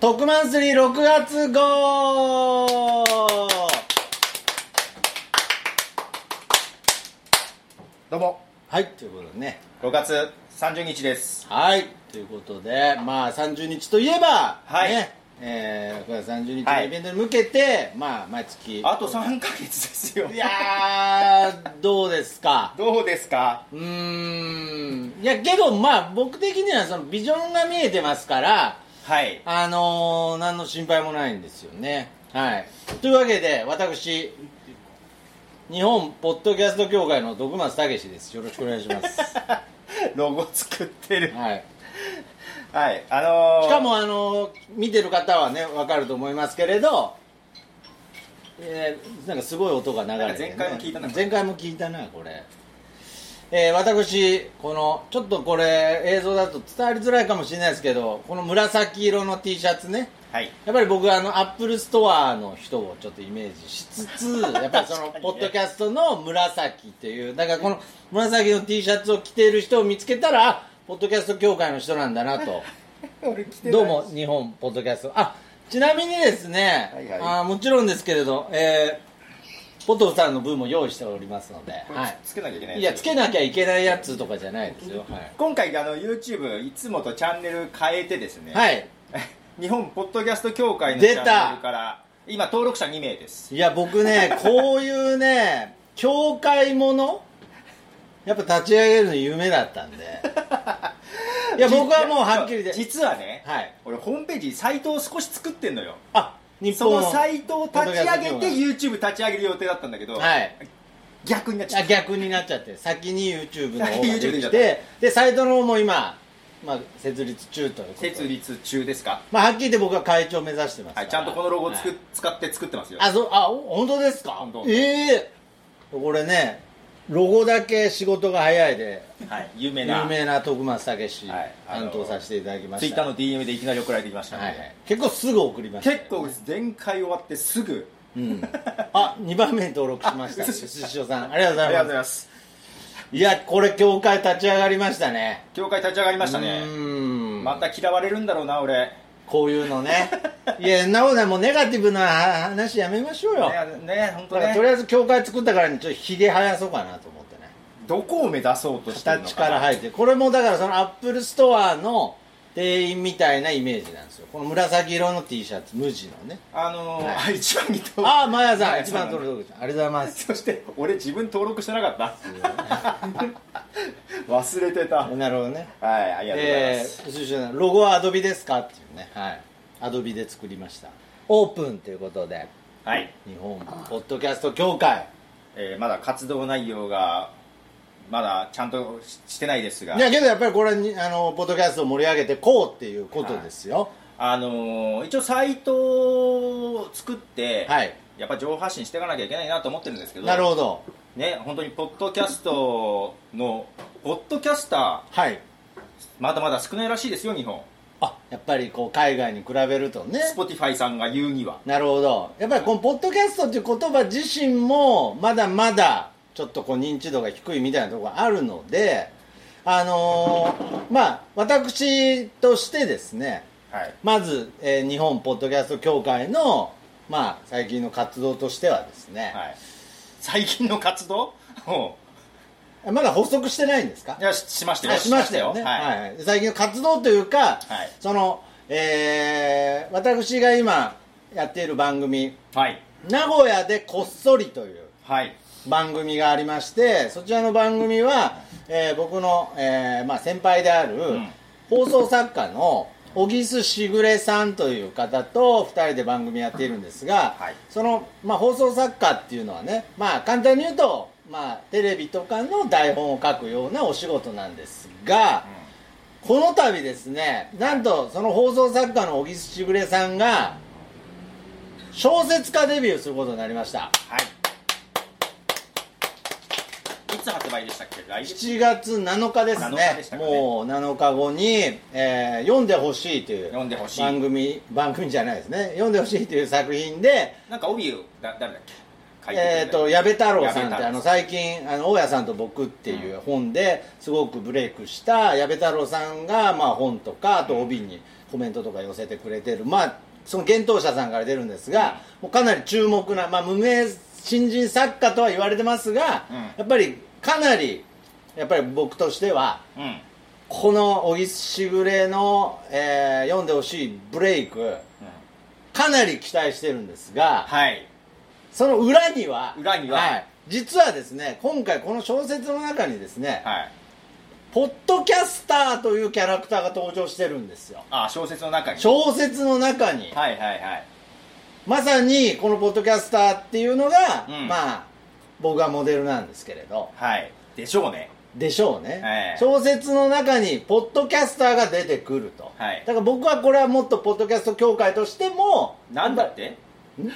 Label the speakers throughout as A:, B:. A: 6マンスリー6月号
B: どうも
A: はい、ということでね。
B: 6月30日です
A: はい、ということで、まあ30日といえば、
B: はい
A: ね、えー、9月30日
B: は
A: の
B: い
A: イベントに向けて、まあ毎月。
B: あと3ヶ月ですよ
A: いやー、どうですか。
B: どうですか
A: うーん。いや、けど、まあ僕的にはそのビジョンが見えてますから、
B: はい
A: あのー、何の心配もないんですよね。はい。というわけで、私、日本ポッドキャスト協会の徳松たけしです。よろしくお願いし ます。
B: ロゴ作ってる
A: はい。
B: はいあのー、
A: しかも、あのー、見てる方はね、わかると思いますけれど、えー、なんかすごい音が流れて、ね、
B: 前回も聞いたな
A: 前回も聞いたな、これ。えー、私、この、ちょっとこれ、映像だと伝わりづらいかもしれないですけど、この紫色の T シャツね、
B: はい
A: やっぱり僕はあのアップルストアの人をちょっとイメージしつ つやっぱりその
B: 確かにね
A: ポッドキャストの紫っていうだからこの紫の T シャツを着ている人を見つけたらあポッドキャスト協会の人なんだな と
B: 俺来てない
A: どうも日本ポッドキャストあちなみにですね、
B: はいはい
A: あもちろんですけれど、えー、ポトフさんの分も用意しておりますので、
B: これ
A: はい、
B: つけなきゃいけない
A: いやつけなきゃいけないやつとかじゃないですよはい、
B: 今回あの YouTube いつもとチャンネル変えてですね、
A: はい、
B: 日本ポッドキャスト協会のチャ
A: 出
B: ンネ
A: た
B: ルから今登録者2名です
A: いや僕ねこういうね教会ものやっぱ立ち上げるの夢だった んでいや僕はもうはっきりで
B: 実はね、
A: はい
B: 俺ホームページサイトを少し作ってんのよ
A: あ日
B: そ
A: 本
B: のサイトを立ち上げて
A: て
B: YouTube 立ち上げる予定だったんだけど、
A: はい
B: 逆になっち
A: あ
B: ゃった
A: 逆になっちゃって先に YouTube の方が
B: 先に
A: で
B: YouTube 出ちゃ
A: き
B: って
A: でサイトの方も今、まあ、設立中ということで
B: 設立中ですか、
A: まあ、はっきり言って僕は会長を目指してますか
B: は
A: ら
B: い、ちゃんとこのロゴをつく、
A: はい
B: 使って作ってますよ
A: あそうあお本当ですか
B: 本当
A: ええこれねロゴだけ仕事が早いで
B: はい、有名な
A: 有名な徳松武史
B: はいあ
A: 担
B: の
A: 当させていただきま
B: ツイ
A: し
B: ッタ
A: た
B: ーの DM でいきなり送られてきましたんで、
A: はいはい結構すぐ送りましたよ
B: 結構前回終わってすぐ
A: うんあ二2番目に登録しました
B: あ
A: すしおさんありがとうご
B: ありが
A: ざ
B: と
A: いう
B: ご
A: ま
B: ざ
A: す
B: います
A: いやこれ業界立ち上がりましたね
B: 協会立ち上がりました
A: う
B: ね
A: ーん
B: また嫌われるんだろうな俺
A: こういうのねいやなおなもうネガティブな話やめましょうよだ
B: ねね本当
A: からとり
B: ね
A: あえず教会作ったからにちょっとひげ生やそうかなと思ってね
B: どこを目指そうとしてるの
A: 形
B: か
A: から
B: な
A: 生えてこれもだからそのアップルストアの店員みたいなイメージなんですよこの紫色の T シャツ無地のね
B: あのー
A: は
B: あ一番に登録
A: ああマヤ
B: マ
A: さん
B: ヤ
A: 一
B: さん
A: 番登録者ありがとうございます
B: そして俺自分登録してなかった 忘れてたはい
A: なるほどね
B: ありがとうござい
A: え
B: ます、
A: ー、藤井さんロゴはアドビですかっていうねはいアドビで作りましたオープンということで
B: はい、
A: 日本ポッドキャスト協会
B: えーまだ活動内容がまだちゃんとししてないですが
A: いやけどやっぱりこれにあのポッドキャストを盛り上げてこうっていうことですよ
B: あのー一応サイトを作って、
A: はい
B: やっぱ情報発信していかなきゃいけないなと思ってるんですけど
A: なるほど
B: ね本当にポッドキャストのポッドキャスター
A: はい
B: まだまだ少ないらしいですよ日本
A: あやっぱりこう海外に比べるとね
B: Spotify さんが言うには
A: なるほどやっぱりこのポッドキャストっていう言葉自身もまだまだちょっとこう認知度が低いみたいなところがあるのであのーまあ私としてですね
B: はい
A: まず、えー日本ポッドキャスト協会のまあ最近の活動としてはですね、
B: はい、最近の活動を
A: まだ発足してないんですか
B: いやししましたよ
A: あしましたよね、
B: はい、
A: はいはい最近の活動というか、
B: はい
A: その、えー私が今やっている番組
B: はい
A: 名古屋でこっそりという
B: はい
A: 番組がありましてそちらの番組は、えー僕の、えーまあ、先輩である、
B: ん
A: 放送作家の小木須しぐれさんという方と2人で番組やっているんですが、
B: はい
A: その、まあ、放送作家っていうのはね、まあ、簡単に言うと、まあ、テレビとかの台本を書くようなお仕事なんですが、この度ですねなんとその放送作家の小木須しぐれさんが小説家デビューすることになりました。
B: はいいつ発売でしたっけ来月
A: 7月7日です
B: 7
A: ね
B: 日でしたかね
A: もう7日後に、えー読んでほしいという
B: 読んでほしい
A: 番組番組じゃないですね読んでほしいという作品で
B: なんか帯をだ誰だっけ書いてくれた
A: えー、と矢部太郎さん
B: 矢部
A: って
B: 太郎
A: あの最近あの大家さんと僕っていう本ですごくブレイクした矢部太郎さんが、まあ、本とかあと帯にコメントとか寄せてくれてるまあその幻冬舎さんから出るんですが、もうかなり注目な、まあ、無名新人作家とは言われてますが、
B: うん
A: やっぱりかなりやっぱり僕としては
B: うん
A: この小木しぐれの、えー読んでほしいブレイク
B: うん
A: かなり期待してるんですが、
B: はい
A: その裏には、
B: 裏にはい
A: 実はですね今回この小説の中にですね、
B: はい
A: ポッドキャスターというキャラクターが登場してるんですよ
B: あ小説の中に
A: 小説の中に、
B: はいはいはい
A: まさにこのポッドキャスターっていうのが、
B: うん
A: まあ僕はモデルなんですけれど
B: はいでしょうね
A: でしょうね、
B: ええ
A: 小説の中にポッドキャスターが出てくると、
B: はい
A: だから僕はこれはもっとポッドキャスト協会としても
B: なんだって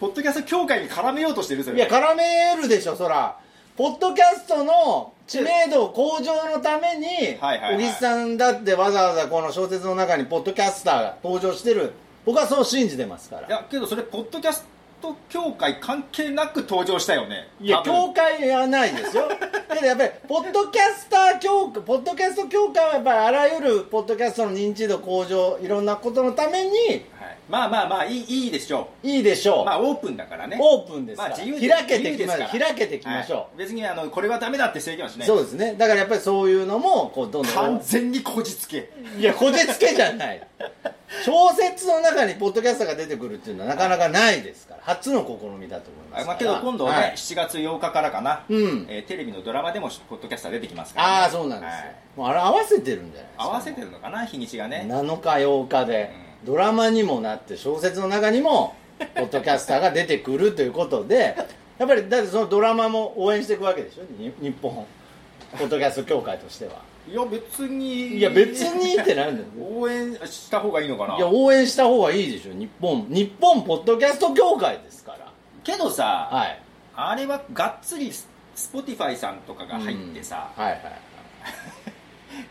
B: ポッドキャスト協会に絡めようとしてるそれ
A: いや絡めるでしょそらポッドキャストの知名度向上のために
B: はいはいは
A: 小
B: い
A: 木さんだってわざわざこの小説の中にポッドキャスターが登場してる僕はそう信じてますから
B: いやけどそれポッドキャスト協会関係なく登場したよね
A: いや
B: 多
A: 協
B: 分
A: 会はないです よけどやっぱりポッドキャスター協会ポッドキャスト協会はやっぱりあらゆるポッドキャストの認知度向上いろんなことのために
B: はい、まあまあまあいいいいでしょ
A: いいでしょ
B: う
A: う、
B: まあオープンだからね
A: オープンですから、
B: まあ自由で
A: 開けていきまし
B: 自由です
A: ょ
B: か
A: う
B: ら
A: 開けていきましょう、
B: はい別にあのこれはダメだって制限はしない
A: そうですねだからやっぱりそういうのもこうどんどん
B: 完全にこじつけ
A: いやこじつけじゃない小説の中にポッドキャストが出てくるっていうのはなかなかないですから初の試みだと思います
B: あ
A: か
B: まあ、
A: ら
B: けど今度はね、
A: はい
B: 7月8日からかな、
A: うん
B: えーテレビのドラマでもポッドキャスター出てきますからね、
A: ああそうなんですよ、
B: はい
A: もうあれ合わせてるんじゃないですか
B: 合わせてるのかな日にちがね
A: 7日8日で、ドラマにもなって小説の中にもポッドキャスターが出てくるということ でやっぱりだってそのドラマも応援していくわけでしょに日本ポッドキャスト協会としては
B: いや別に
A: いや別にってなんだ よ
B: 応援した方がいいのかない
A: や応援した方がいいでしょ日本日本ポッドキャスト協会ですから
B: けどさ、
A: はい
B: あれはがっつりススポティファイさんとかが入ってさ、
A: うんはいはい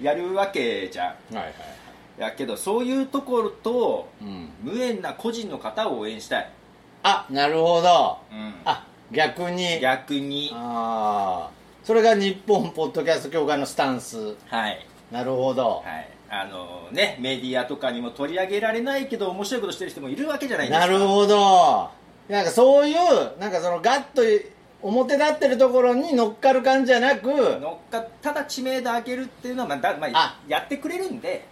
B: やるわけじゃん
A: はいはいはい
B: やけどそういうところと
A: うん
B: 無縁な個人の方を応援したい、
A: あなるほど
B: うん、
A: あ逆に
B: 逆に
A: ああそれが日本ポッドキャスト協会のスタンス
B: はい
A: なるほど、
B: はいあのねメディアとかにも取り上げられないけど面白いことしてる人もいるわけじゃないですか
A: なるほどなんかそういうなんかそのガッと表立ってるところに乗っかる感じじゃなく
B: 乗っかただ知名度上げるっていうのは、まあだまあ
A: あ
B: やってくれるんで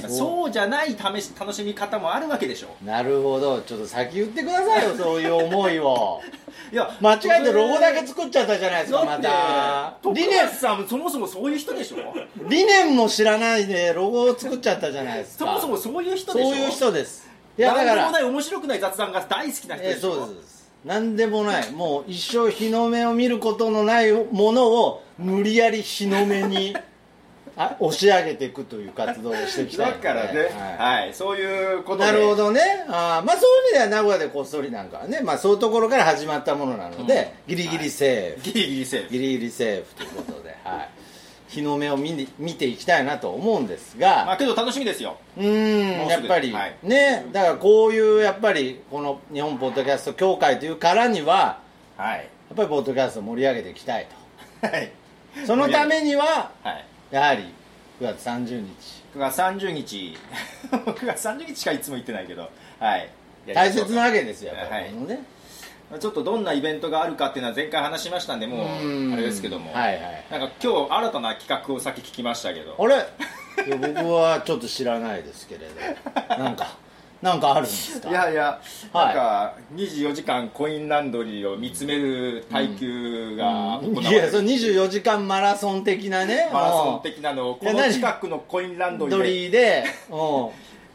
B: まあ
A: そう
B: そうじゃない試し楽しみ方もあるわけでしょ
A: なるほどちょっと先言ってくだ さいよそういう思いを
B: いや
A: 間違えてロゴだけ作っちゃったじゃないですかま
B: だ
A: た
B: って
A: 理
B: 理
A: 念
B: 念さんもそもそもそういう人でしょ
A: 理念も知らないでロゴを作っちゃったじゃないですか
B: そもそもそういう人でしょ
A: そういう人ですい
B: いや
A: や
B: だ
A: だ
B: か
A: からら
B: もない面白くない雑談が大好きな人
A: え
B: で
A: ー
B: しょ、
A: そうです何でも ないもう一生日の目を見ることのないものを無理やり日の目にあ押し上げていくという活動をしてきた
B: だ
A: ので
B: からね、
A: はい
B: はい、そういうことで
A: なるほどねあーまあそういう意味では名古屋でこっそりなんかはね、まあ、そういうところから始まったものなので、ギリギリセーフ、
B: ギリギリセーフ
A: ギリギリセーフということで、はい、日の目を見に見ていきたいなと思うんですが、
B: まあけど楽しみですよ
A: うー
B: も
A: ん
B: う
A: や
B: す
A: っ
B: ぐ
A: ぱり、
B: はい
A: ねだからこういうやっぱりこの日本ポッドキャスト協会というからには
B: はい
A: やっぱりポッドキャストを盛り上げていきたい
B: はい、
A: とそのためには
B: はい、
A: やはり9月30日
B: 9月30日 9月30日しかいつも言ってないけどはい
A: 大切なわけですよやっぱ
B: は
A: り
B: い
A: このね
B: ちょっとどんなイベントがあるかっていうのは前回話しましたんでも
A: う
B: うんあれですけども、
A: はいはい
B: なんか今日新たな企画をさっき聞きましたけど
A: あれいや僕はちょっと知らないですけれ どなんかなんかあるんですか
B: いやいや、
A: はい
B: なんか24時間コインランドリーを見つめる耐久が行
A: うん
B: わ
A: い
B: れ
A: や
B: る、
A: その24時間マラソン的なね
B: マラソン的なのをこ
A: いや
B: の
A: 何
B: 近くのコインランド
A: うん
B: リ
A: ド
B: ーで
A: リーで うん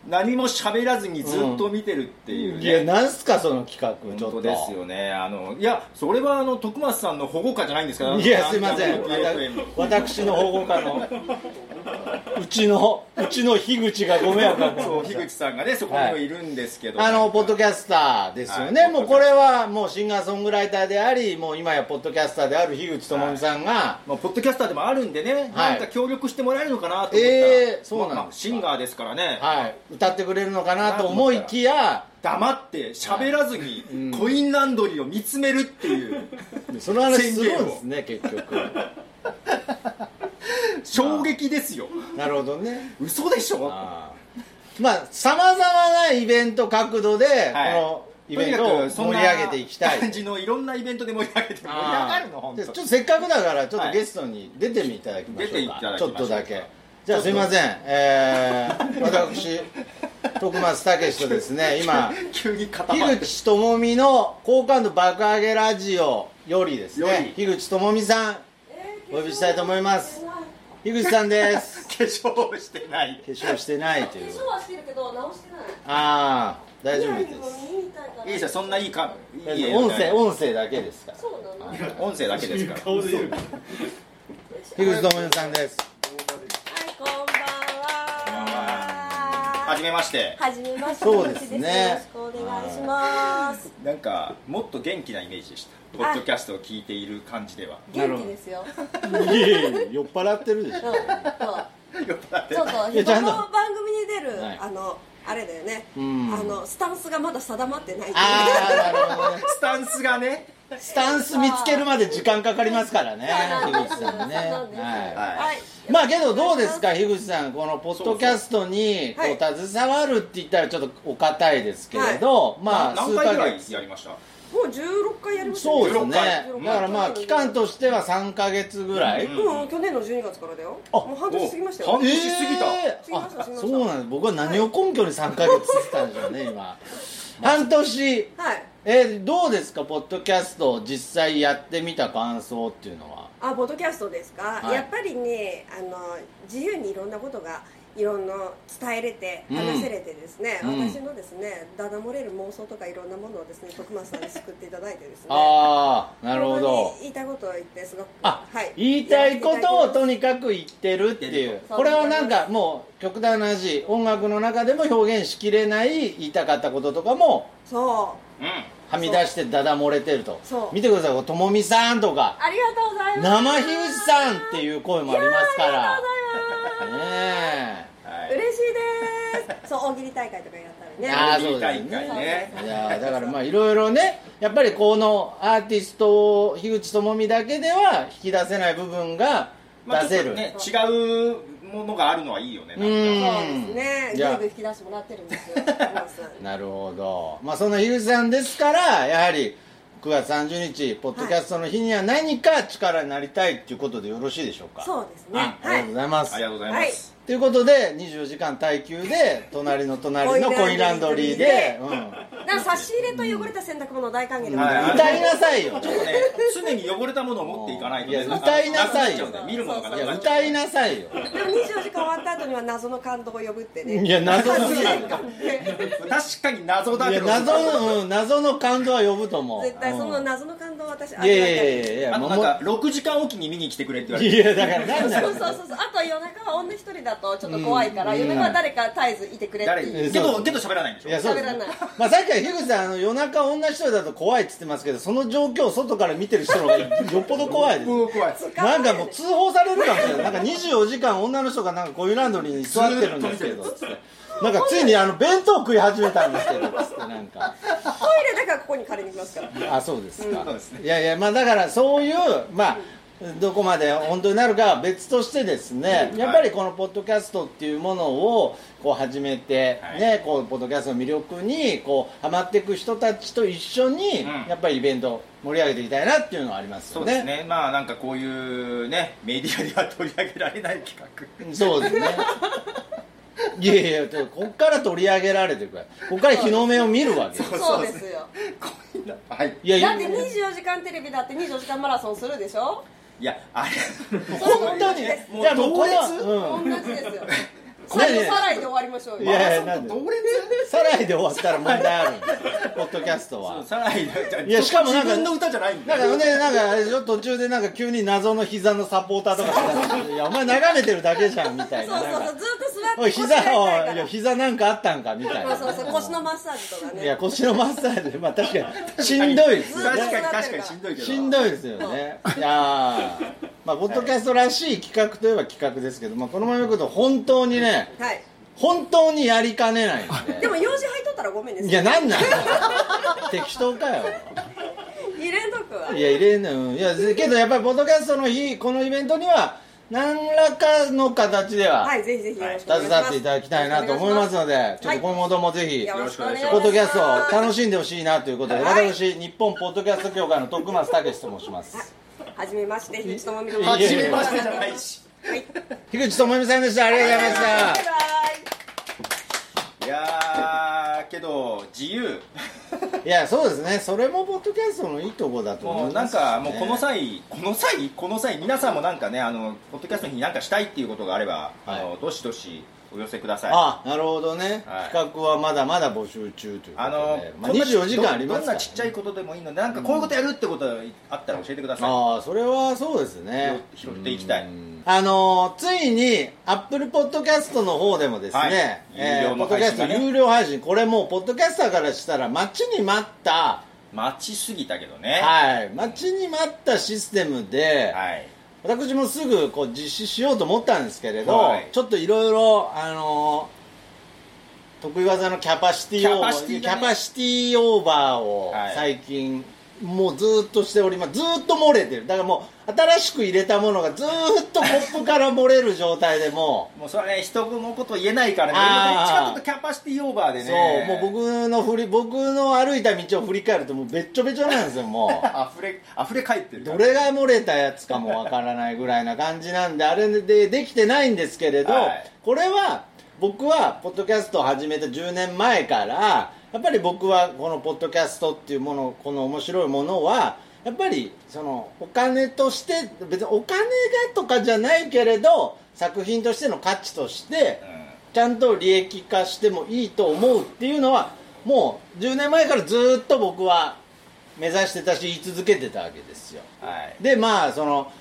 B: 何も喋らずにずっと見てるっていう
A: いや
B: ね、
A: なんすかその企画
B: 本
A: ちょっと
B: 当ですよねあのいやそれはあの徳松さんの保護下じゃないんですから
A: いやすいません
B: あの
A: わ
B: ランダム
A: た
B: FM
A: 私の保護下のうちのうちの樋口がご迷惑 かけて
B: そう
A: ま
B: 樋
A: し
B: 口さんがねそこにもいるんですけど、
A: たあのポッドキャスターですよね、
B: はい
A: もうこれはもうシンガーソングライターでありもう今やポッドキャスターである樋口智美さんが、
B: まあ、ポッドキャスターでもあるんでね、
A: はい
B: なんか協力してもらえるのかなと思ったら、
A: えーそうなんですか
B: まあまあシンガーですからね、
A: はい、歌ってくれるのかなと思いきや
B: 黙って喋らずに
A: うん
B: コインランドリーを見つめるっていう
A: その話すごいですね結局
B: 衝撃ですよ
A: なるほどね
B: 嘘でしょ
A: あーまあさまざまなイベント角度で、
B: い
A: このイベント
B: とに
A: を
B: かくそん
A: 盛
B: な
A: り上げていきたい
B: 感じのいろんなイベントで盛り上げて盛り上が
A: あ
B: るの
A: ー
B: 本
A: で
B: 当
A: ちょっとせっかくだからちょっとゲストに出てみいただきましょうか,、
B: 出ていただきまし
A: ち
B: ょ
A: ょ
B: う
A: っ
B: か
A: とだけじゃあすいません、えー、私徳松武史とですね 今
B: 急に固まっ
A: 樋
B: て
A: 口智美の好感度爆上げラジオよりですね
B: より
A: 樋口智美さんお呼びしたいと思います樋口さんです
B: 化粧をしてない
A: 化粧してないと
C: 化
A: いう
C: 粧はしてるけど直してない
A: ああ大丈夫で
C: 未来も見に行きたいから
B: いいですよそんないいかい
A: す
B: い絵
A: 音
B: みたい
A: 声
B: な
A: 音声だけですから
C: そうなのはい
B: 音声だけですから
D: 顔で言う
A: 樋口智美さんです
C: こんばんは
B: はじめまして
C: はじめまして
A: そうですね
C: よろしくお願いします
B: なんかもっと元気なイメージでしたポッドキャストを聞いている感じでは
C: 元気ですようん
A: いえいえ酔っ払ってるでしょ
C: そう
B: 酔っ払って
C: ちょっと
A: いやちゃ
C: 人
A: ん
C: の
A: と
C: 番組に出る、
A: はい
C: あのあれだよね、
A: うん
C: あのスタンスがまだ定まってないっていう
A: ああなるほどね
B: スタンスがね
A: スタンス見つけるまで時間かかりますからね
C: そうな
A: 樋
C: んで
A: 口
C: す
A: さんね
C: そうなんです
A: は
B: はい
C: はい
A: いまあけどどうですか樋口さんこのポッドキャストに
C: そうそう
A: こう携わるって言ったらちょっとお堅いですけれどまあ
B: な
A: 数
B: 何回ぐ
A: ヶ
B: らい
A: 月
B: やりました
C: もう16回やりました
A: そうです
B: 16
A: ね
B: 回
A: だからまあ期間としては3か月ぐらい
B: うん
C: うん、去年の12月からだよ
A: あ
C: もう半年過ぎましたよ
B: お半年過ぎた
A: えー
C: 過ぎました
A: あ
C: 過ぎまし
A: そ
C: た
A: うなんです僕は何を根拠に3か月って言ってたんでしょうね今半年
C: はい
A: えーどうですかポッドキャストを実際やってみた感想っていうのは
C: あポッドキャストですか、
A: はい
C: やっぱりねあの自由にいろんなことがいろんな伝えれて
A: うん
C: 話せれてですね、
A: うん
C: 私のですねダダ漏れる妄想とかいろんなものをですね徳松さんに救っていただいてですね
A: ああなるほ
C: 本
A: ど
C: 当に言いたいことを言ってすごく
A: あ、
C: はい、
A: 言いたいことをと
C: に
A: にかく言ってるっていう
C: そう
A: これはなんかもう極端な話音楽の中でも表現しきれない言いたかったこととかも
C: そう
B: うん
A: はみ出してダダ漏れてると
C: そう
A: 見てくださいこれともみさんとか
C: ありがとうございま
A: 生
C: す
A: 樋口さんっていう声もありますか
C: いやーあ
A: ら
C: りがとうございます
A: ね
B: はい
C: 嬉しいですそう大喜利大会とかやったらね
A: あー
B: 大喜利大会
C: そう
B: ね
A: え
C: そうそう
A: いやーだからまあいろいろねやっぱりこのアーティストを樋口智美だけでは引き出せない部分が
B: まあ
A: 出せる、
B: ちょっとね違うものがあるのはいいよねなんか
A: うん
C: そうですね
A: い
C: ぐ
A: や
C: るぐる引き出してもらってるんですよ徳松さん
A: なるほど、まあ、そんな樋口さんですからやはり9月30日ポッドキャストの日には何か力になりたいっていうことでよろしいでしょうか、
C: そうですね
A: あありが
C: は
A: とうございます、
B: ありがとうございます、
A: ということで24時間耐久で隣の隣のコインランドリーで、うん、
C: だから差し入れと汚れた洗濯物を大歓迎でございます、
B: はい
A: 歌いなさいよ
B: ちょっとね常に汚れたものを持っていかないとね
A: いや
B: んか
A: 歌いなさいよ
B: くっちゃうんだ見るものがないくな
A: や
B: っちゃう
A: 歌いなさいよ
C: でも24時間終わった後には謎の感動を呼ぶってね
A: いや謎すぎる
B: 確かに謎だ
A: い
B: け
A: や
B: ど
A: 謎の、うん、謎の感動は呼ぶと思う
C: 絶対その
A: うん
C: 謎の感動を私
A: いやいやい
C: や
A: やい
B: あ
A: や
B: と
A: も
B: なん
A: う
B: か6時間おきに見に来てくれって言われ
A: い
B: て
A: やだから何な
C: そ
A: の
C: うそうそうそうあと夜中は女一人だとちょっと怖いから、夜中は誰か絶えずいてくれって
B: 誰
C: いう
A: うん
B: けどけど喋らないんでしょ
A: いやそうです
C: 喋
A: ね
C: らない
A: まあさっきは樋口さんあの夜中女一人だと怖いっつってますけどその状況を外から見てる人の方が よっぽど怖いです
B: うん怖い
A: なんかもう通報されるかもしれないなんか24時間女の人がなんかこういうランドリーに座ってるんですけどつってなんかついにあの弁当食い始めたんですけどつってなんか
C: トイレだからここに借りに行きますから
A: あそうですか、
B: うんそうですね
A: いやいやまあだからそういうまあどこまで本当になるかは別としてですね、
B: うん
A: やっぱりこのポッドキャストっていうものをこう始めて、
B: はい
A: ねこうポッドキャストの魅力にこうハマっていく人たちと一緒に、
B: うん
A: やっぱりイベント盛り上げていきたいなっていうのはあります
B: そ
A: よ
B: うで
A: ね
B: すねまあなんかこういうねメディアでは取り上げられない企画
A: そうです ねいやいやでもこっから取り上げられてくれこっから日の目を見るわけよ
B: そう
C: そうですよ
B: こんなはい
A: いやい
C: だっ
A: や
C: て24時間テレビだって24時間マラソンするでしょ
B: いやあれ
A: 本当にい
C: も
B: う
A: やもうこれは
B: 同列
A: うん
C: 同じですよ最後さらいで終わりましょう
A: い
C: よ
A: やいやなんで
B: 同列
A: サライで終わったら問題あるんですポッドキャスト
B: そう
A: は
B: さらにじゃあ
A: いやしかもなんか
B: 自分の歌じゃないんだ
A: なん
B: よ
A: かねなんかあれでしょ途中でなんか急に謎の膝のサポーターとかしてたいやお前眺めてるだけじゃんみた
C: そう
A: いな
C: そう
A: なん
C: そう
A: か
C: ずっと座
A: お
C: っ
A: い
C: て腰が
A: 膝お
C: 痛いか
A: いいや
C: ら
A: 膝なんかあったんかみたいな
C: そうそうそう腰のマッサージとかね
A: いや腰のマッサージまあ確かにしんどいです
C: ず
A: よ
C: っと
A: ね
B: 確かに確かにしんどいけど
A: しんどいですよねいやーまあポッドキャストらしい企画といえば企画ですけど、まあ、このままいくと本当にね
C: はい
A: 本当にやりかねないんで
E: でも用事入っとったらごめんです
A: いやなんなん適当かよ
E: 入れんとくわ
A: いや入れんのうんいやけどやっぱりポッドキャストの日このイベントには何らかの形では
E: はいぜひぜひよろしくお願い
A: 携
E: し
A: わ
E: ま
A: っ
E: す
A: ていただきたいなと思いますのでちょっと今後ともぜひ
E: よろしくお願いします
A: ポッドキャストを楽しんでほしいなということで
E: はい
A: 私日本ポッドキャスト協会の徳松武史と申します
E: はじめまして、樋口智美で
A: はじめま
B: してじゃないし
E: はい。
A: 樋口智美さんでしたありがとうございました
E: バイバイ
B: いやーけど自由
A: いやそうですねそれもポッドキャストのいいとこだと
B: も
A: 思
B: う
A: い
B: な
A: ま
B: ん
A: すね
B: かもうこの際この際この際皆さんもなんかねあのポッドキャストの日になんかしたいっていうことがあれば、
A: はい
B: あのどしどしお寄せください
A: あなるほどね、
B: はい
A: 企画はまだまだ募集中ということで、
B: あの、
A: まあ、
B: こんな
A: 24時間ありますから、
B: どんな
A: ね、
B: ちっちゃいことでもいいのでなんかこういうことやるってことあったら教えてください、
A: ああそれはそうですね
B: 拾拾っていきたい
A: うんあのーついにアップルポッドキャストの方でもですね、
B: はい
A: えー
B: 有料
A: ポ
B: の
A: ッドキャ
B: 配
A: ス
B: 信
A: ト
B: がね
A: 有料配信これもうポッドキャスターからしたら待ちに待った
B: 待ちすぎたけどね
A: はい待ちに待ったシステムで、
B: はい
A: 私もすぐこう実施しようと思ったんですけれど、
B: はい
A: ちょっといろいろあのー得意技のキャパシティオーバ
B: キャパシテ
A: ー
B: ィ
A: キ
B: が
A: ャ
B: ね
A: パシティオーバーを
B: はい
A: 最近、もうずーっとしておりますずーっと漏れてるだからもう新しく入れたものがずーっとコップから漏れる状態でも
B: もうそれはね人のこと言えないからね
A: あー
B: 近くとキャパシティオーバー
A: う
B: で
A: そう
B: ね
A: もう 僕の振り僕の歩いた道を振り返るともうべっちょべちょなんですよもう
B: あふれあふれ返ってるから
A: どれが漏れたやつかもわからないぐらいな感じなんであれでできてないんですけれど、
B: はい
A: これは僕はポッドキャストを始めた10年前からやっぱり僕はこのポッドキャストっていうものこの面白いものはやっぱりそのお金として別にお金がとかじゃないけれど作品としての価値として
B: う
A: ちゃんと利益化してもいいと思うっていうのはもう10年前からずっと僕は目指してたし言い続けてたわけですよ
B: んはい
A: でまあその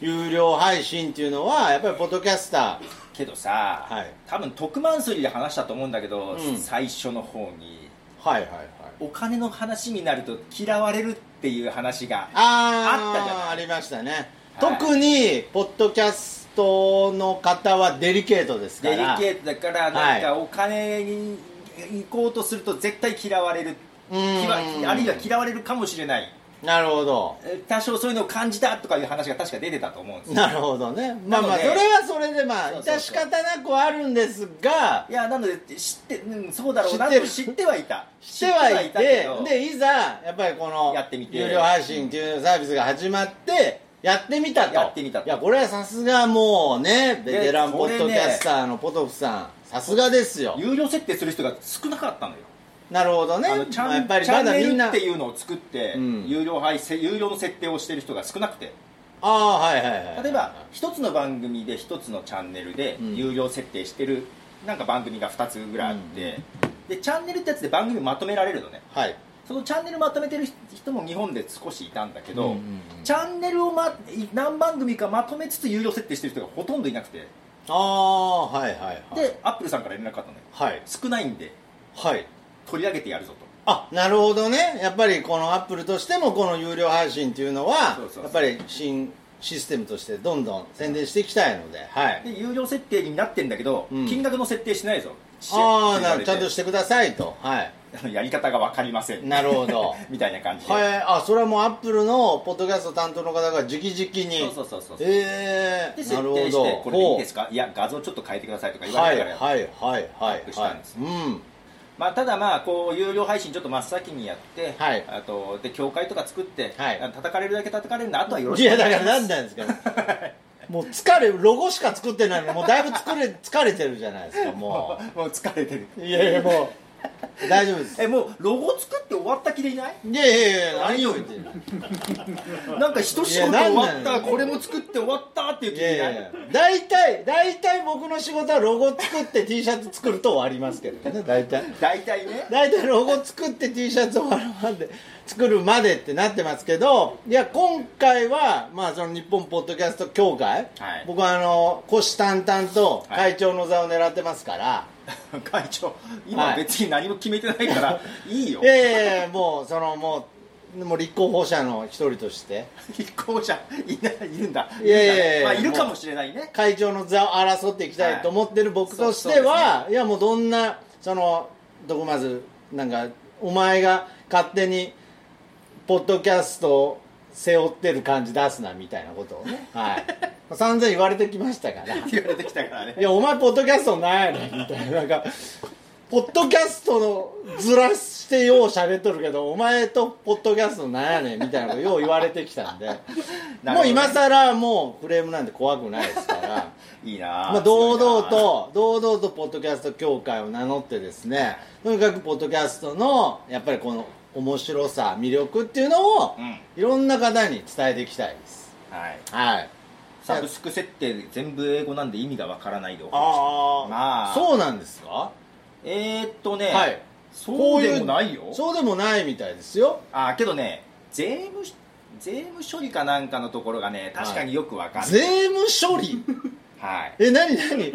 A: 有料配信っていうのはやっぱりポッドキャスタ
B: けどさ、
A: はい
B: 多分特マンスリーで話したと思うんだけど、
A: うん
B: 最初の方に
A: ーはいはいはい
B: お金の話になると嫌われるっていう話が
A: あ
B: あったじゃない
A: ありましたね、
B: はい
A: 特にポッドキャストの方はデリケートですか
B: デリ
A: ら
B: ケートだからなんかお金に行こうとすると絶対嫌われる、
A: う
B: き
A: ん
B: わあるいは嫌われるかもしれない
A: なるほど
B: え多少そういうのを感じたとかいう話が確か出てたと思うんですよ
A: なるほどねまあまあ
B: なので
A: それはそれでまあ
B: そうそうそう
A: 致し方なくはあるんですが
B: いやなので知って、うん、そうだろうな
A: 知ってる
B: と知ってはいた
A: してはい
B: 知っ
A: て
B: てはいたけど
A: でいざやっぱりこの
B: やってみて
A: 有料配信っていうサービスが始まってやってみたと
B: やってみたと
A: いやこれはさすがもうねベ
B: で
A: テランポッドキャスターのポトフさんさすがですよ
B: 有料設定する人が少なかったのよ
A: なるほどね
B: あのチャン,、
A: まあやっぱり
B: チャ
A: ま
B: ン
A: だ
B: ネ
A: みん
B: ル
A: な
B: っていうのを作って、
A: うん
B: 有料配信有料の設定をしてる人が少なくて
A: ああはいはいはい
B: 例えば一つの番組で一つのチャンネルで
A: うん
B: 有料設定してるなんか番組が2つぐらいあって、でチャンネルってやつで番組まとめられるのね
A: はい
B: そのチャンネルまとめてる人も日本で少しいたんだけど、
A: うんうんうん
B: チャンネルを、ま、何番組かまとめつつ有料設定してる人がほとんどいなくて
A: ああはいはいはい
B: でアップルさんから連絡があったのよ
A: はい
B: 少ないんで
A: はい
B: 取り上げてやるぞと
A: あなるほどねやっぱりこのアップルとしてもこの有料配信っていうのは
B: そうそうそう
A: やっぱり新システムとしてどんどん宣伝していきたいのではい
B: で有料設定になってんだけど、
A: うん
B: 金額の設定しないぞ
A: ああ
B: 言わ
A: な
B: れ
A: ちゃんとしてくださいとはい
B: やり方が分かりません
A: なるほど
B: みたいな感じで、
A: はいあそれはもうアップルのポッドキャスト担当の方が直々に
B: そうそうそうそう
A: ええ
B: で
A: なる
B: 設
A: ほど
B: 定してこれでいいです
A: か
B: かいや画像ちょっと変えてくださいとか言わ
A: は
B: れ
A: い
B: た
A: は
B: か
A: い
B: ら、
A: はいはいは
B: アップしたん
A: い
B: です
A: うん
B: まあ、ただまあこう有料配信ちょっと真っ先にやって、
A: はい
B: あとで教会とか作って、
A: はい
B: あの叩かれるだけ叩かれるんであとはよろ
A: い
B: しく
A: や
B: お
A: だ
B: 願い
A: か
B: し
A: ら
B: ま
A: 何
B: す
A: なんですか もう疲れロゴしか作ってないのにもうだいぶ疲れ疲れてるじゃないですかも
B: もう疲れてる
A: う いやいやもう大丈夫です
B: えもうロゴ作って終わった気でいない
A: いやいやいや何を言ってる
B: なんか一仕事
A: いやなん
B: 終
A: なの
B: わったこれも作って終わったっていう気
A: い
B: でいな
A: や
B: い
A: いやいや大体大体僕の仕事はロゴ作って T シャツ作ると終わりますけどね大体
B: 大体ね
A: 大体ロゴ作って T シャツを終わるまで作るまでってなってますけどいや今回は、まあ、その日本ポッドキャスト協会、
B: はい
A: 僕はあの虎視眈々と会長の座を狙ってますから、
B: 会長今別に何も決めてないから、い、いよ
A: いやいやいやもうそのもうもう立候補者の一人として
B: 立候補者いないいるんだ
A: いやいやいや
B: まあ、いるかもしれないね
A: 会長の座を争っていきたいと思ってる僕としては、
B: はい
A: やもうどんなそのどこまずなんかお前が勝手にポッドキャストを背負ってる感じ出すなみたいなことを ね、はい、散々言われてきましたから
B: って言われてきたからね
A: いやお前ポッドキャストないのみたいななんかポッドキャストのずらしてよう喋っとるけどお前とポッドキャストなんやねんみたいなことよう言われてきたんで、
B: なる
A: も
B: ほど
A: う
B: ね
A: 今さらもうフレームなんて怖くないですから
B: いいな
A: まあ、堂々
B: 強いな
A: と堂々とポッドキャスト協会を名乗ってですねとにかくポッドキャストのやっぱりこの面白さ魅力っていうのを、
B: うん
A: いろんな方に伝えていきたいです
B: はい
A: はい
B: サブスク設定全部英語なんで意味がわからないでお話
A: あ
B: まあ
A: そうなんですか
B: えー、っとね、
A: はい
B: そうでもないよ
A: そうでもないみたいですよ
B: あーけどね税務税務処理かなんかのところがね確かによくわかんない、
A: 税務処理
B: はい、
A: え何何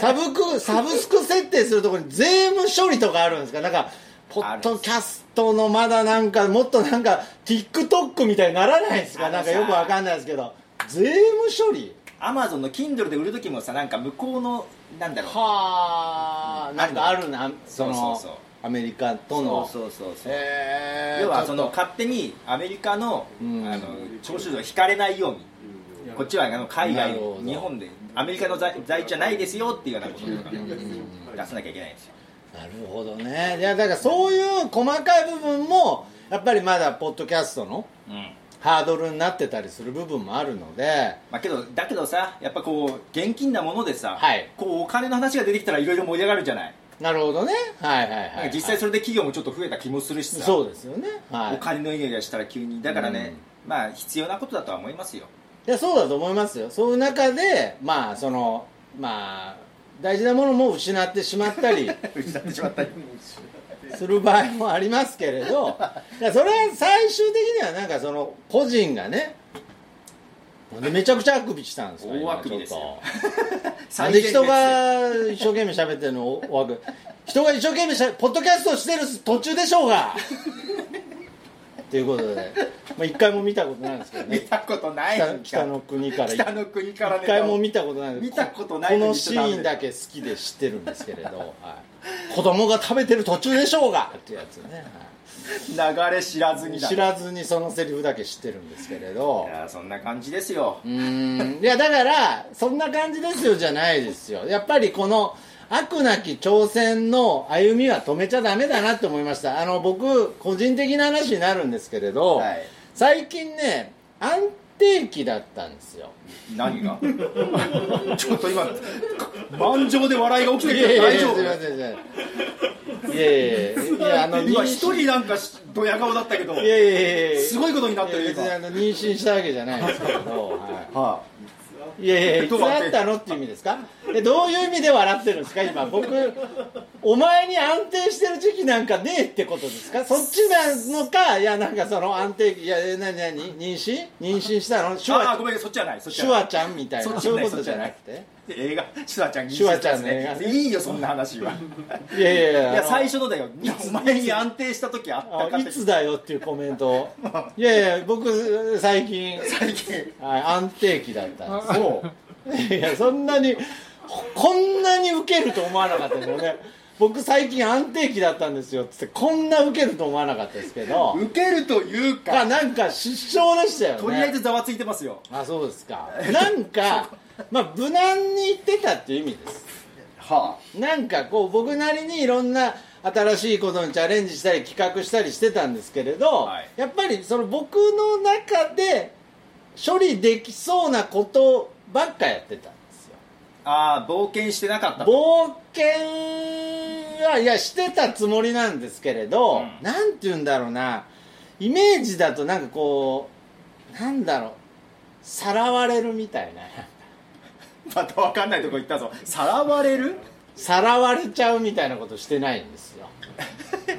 A: サブクサブスク設定するところに税務処理とかあるんですかなんかポッドキャストのまだなんかもっとなんか TikTok みたいにならないです
B: あ
A: か
B: の
A: な
B: さ
A: んかよくわかんないですけど税務処理
B: アマゾンの Kindle で売る時もさなんか向こうのなんだろう
A: はあなんかあるなその
B: そうそうそう
A: アメリカとの
B: そうそうそうそう
A: へえ
B: 要はその勝手にアメリカの,、
A: うん
B: あの徴収税を引かれないようにこっちはあの海
A: な
B: 外
A: るほど
B: 日本でアメリカの在在地じゃないですよっていうようなこととかね
A: うんうん
B: 出さなきゃいけないんですよ
A: なるほどねいやだからそういう細かい部分もやっぱりまだポッドキャストの
B: うん
A: ハードルになってたりする部分もあるので
B: まあ、けどだけどさやっぱこう現金なものでさ、
A: はい
B: こうお金の話が出てきたらいろいろ盛り上がるじゃない
A: なるほどねはいはい
B: な
A: は
B: ん
A: い
B: か実際それで企業もちょっと増えた気もするしさ、
A: そうですよねはい
B: お金の意味がしたら急にだからね、まあ必要なことだとは思いますよ
A: いやそうだと思いますよそういう中でまあそのまあ大事なものも失ってしまった り
B: 失ってしまったり
A: する場合もありますけれどいやそれは最終的にはなんかその個人がねでめちゃくちゃあくびしたんですよ
B: 大あくびですよ
A: なんで人が一生懸命喋ってるのおわく 人が一生懸命しゃポッドキャストしてる途中でしょうがということで、まあ、一回も見たことないんですけど
B: 見
A: ね
B: たことない
A: 北北の国から
B: 北の国からね
A: 一回も見たことない
B: 見たことない
A: こ
B: の
A: の
B: に
A: シーンだけ好きで知ってるんですけれど、はい、子供が食べてる途中でしょうがってやつね、はい
B: 流れ知らずにだ
A: 知らずにそのセリフだけ知ってるんですけれど
B: いやそんな感じですよ
A: うーんいやだからそんな感じですよじゃないですよやっぱりこの悪なき挑戦の歩みは止めちゃダメだなって思いましたあの僕個人的な話になるんですけれど、
B: はい
A: 最近ね安定期だったんですよ
B: 何 がちょっと今満場で笑いが起きて
A: い
B: る
A: や
B: け
A: い
B: ど
A: やい
B: 大
A: や
B: 丈
A: すいませんすいませんいやい
B: 夫
A: やいやあの
B: 今一人なんかしドヤ顔だったけど
A: いやいやいやいや
B: すごいことになってる
A: いや
B: 今
A: 別にあの妊娠したわけじゃないんですけれど、はい
B: はい
A: やい やいやい
B: ど
A: つ
B: うやっ
A: あ
B: て
A: ったのっていう意味ですかえどういう意味で笑ってるんですか今僕お前に安定してる時期なんかねえってことですかそっちなのかいやなんかその安定期いやえ何何妊娠妊娠したのシュ
B: いああ
A: ワ
B: ごめんそっちじゃないそっち
A: シ
B: じ
A: ュ
B: ゃない
A: ワちゃんみたい
B: そ
A: な
B: っちじ
A: そう
B: ゃないいう
A: ことじゃなくて
B: 映画シュワちゃん
A: シュワちゃんの映画
B: いいよそんな話はい
A: やいやいや
B: いや
A: あの
B: 最初のだよいつ前に安定した時あったか
A: あ
B: っ
A: い
B: て
A: つだよっていうコメント をいやいや僕最近
B: 最近
A: はい安定期だったんです
B: そう
A: いやそんなにこんなにウケると思わなかったですよね僕最近安定期だったんですよっつってこんなウケると思わなかったですけど
B: 受けるという
A: あ
B: か
A: なんか失笑でしたよね
B: とりあえずざわついてますよ
A: あそうですかなん かまあ無難に言ってたっていう意味です
B: は
A: なんかこう僕なりにいろんな新しいことにチャレンジしたり企画したりしてたんですけれど、
B: はい
A: やっぱりその僕の中で処理できそうなことばっかやってたんですよ
B: あああ冒険してなかったと
A: 冒険はいやしてたつもりなんですけれど、
B: うん
A: なんて言うんだろうなイメージだとなんかこうなんだろうさらわれるみたいな
B: また分かんないとこ行ったぞさらわれる
A: さらわれちゃうみたいなことしてないんですよ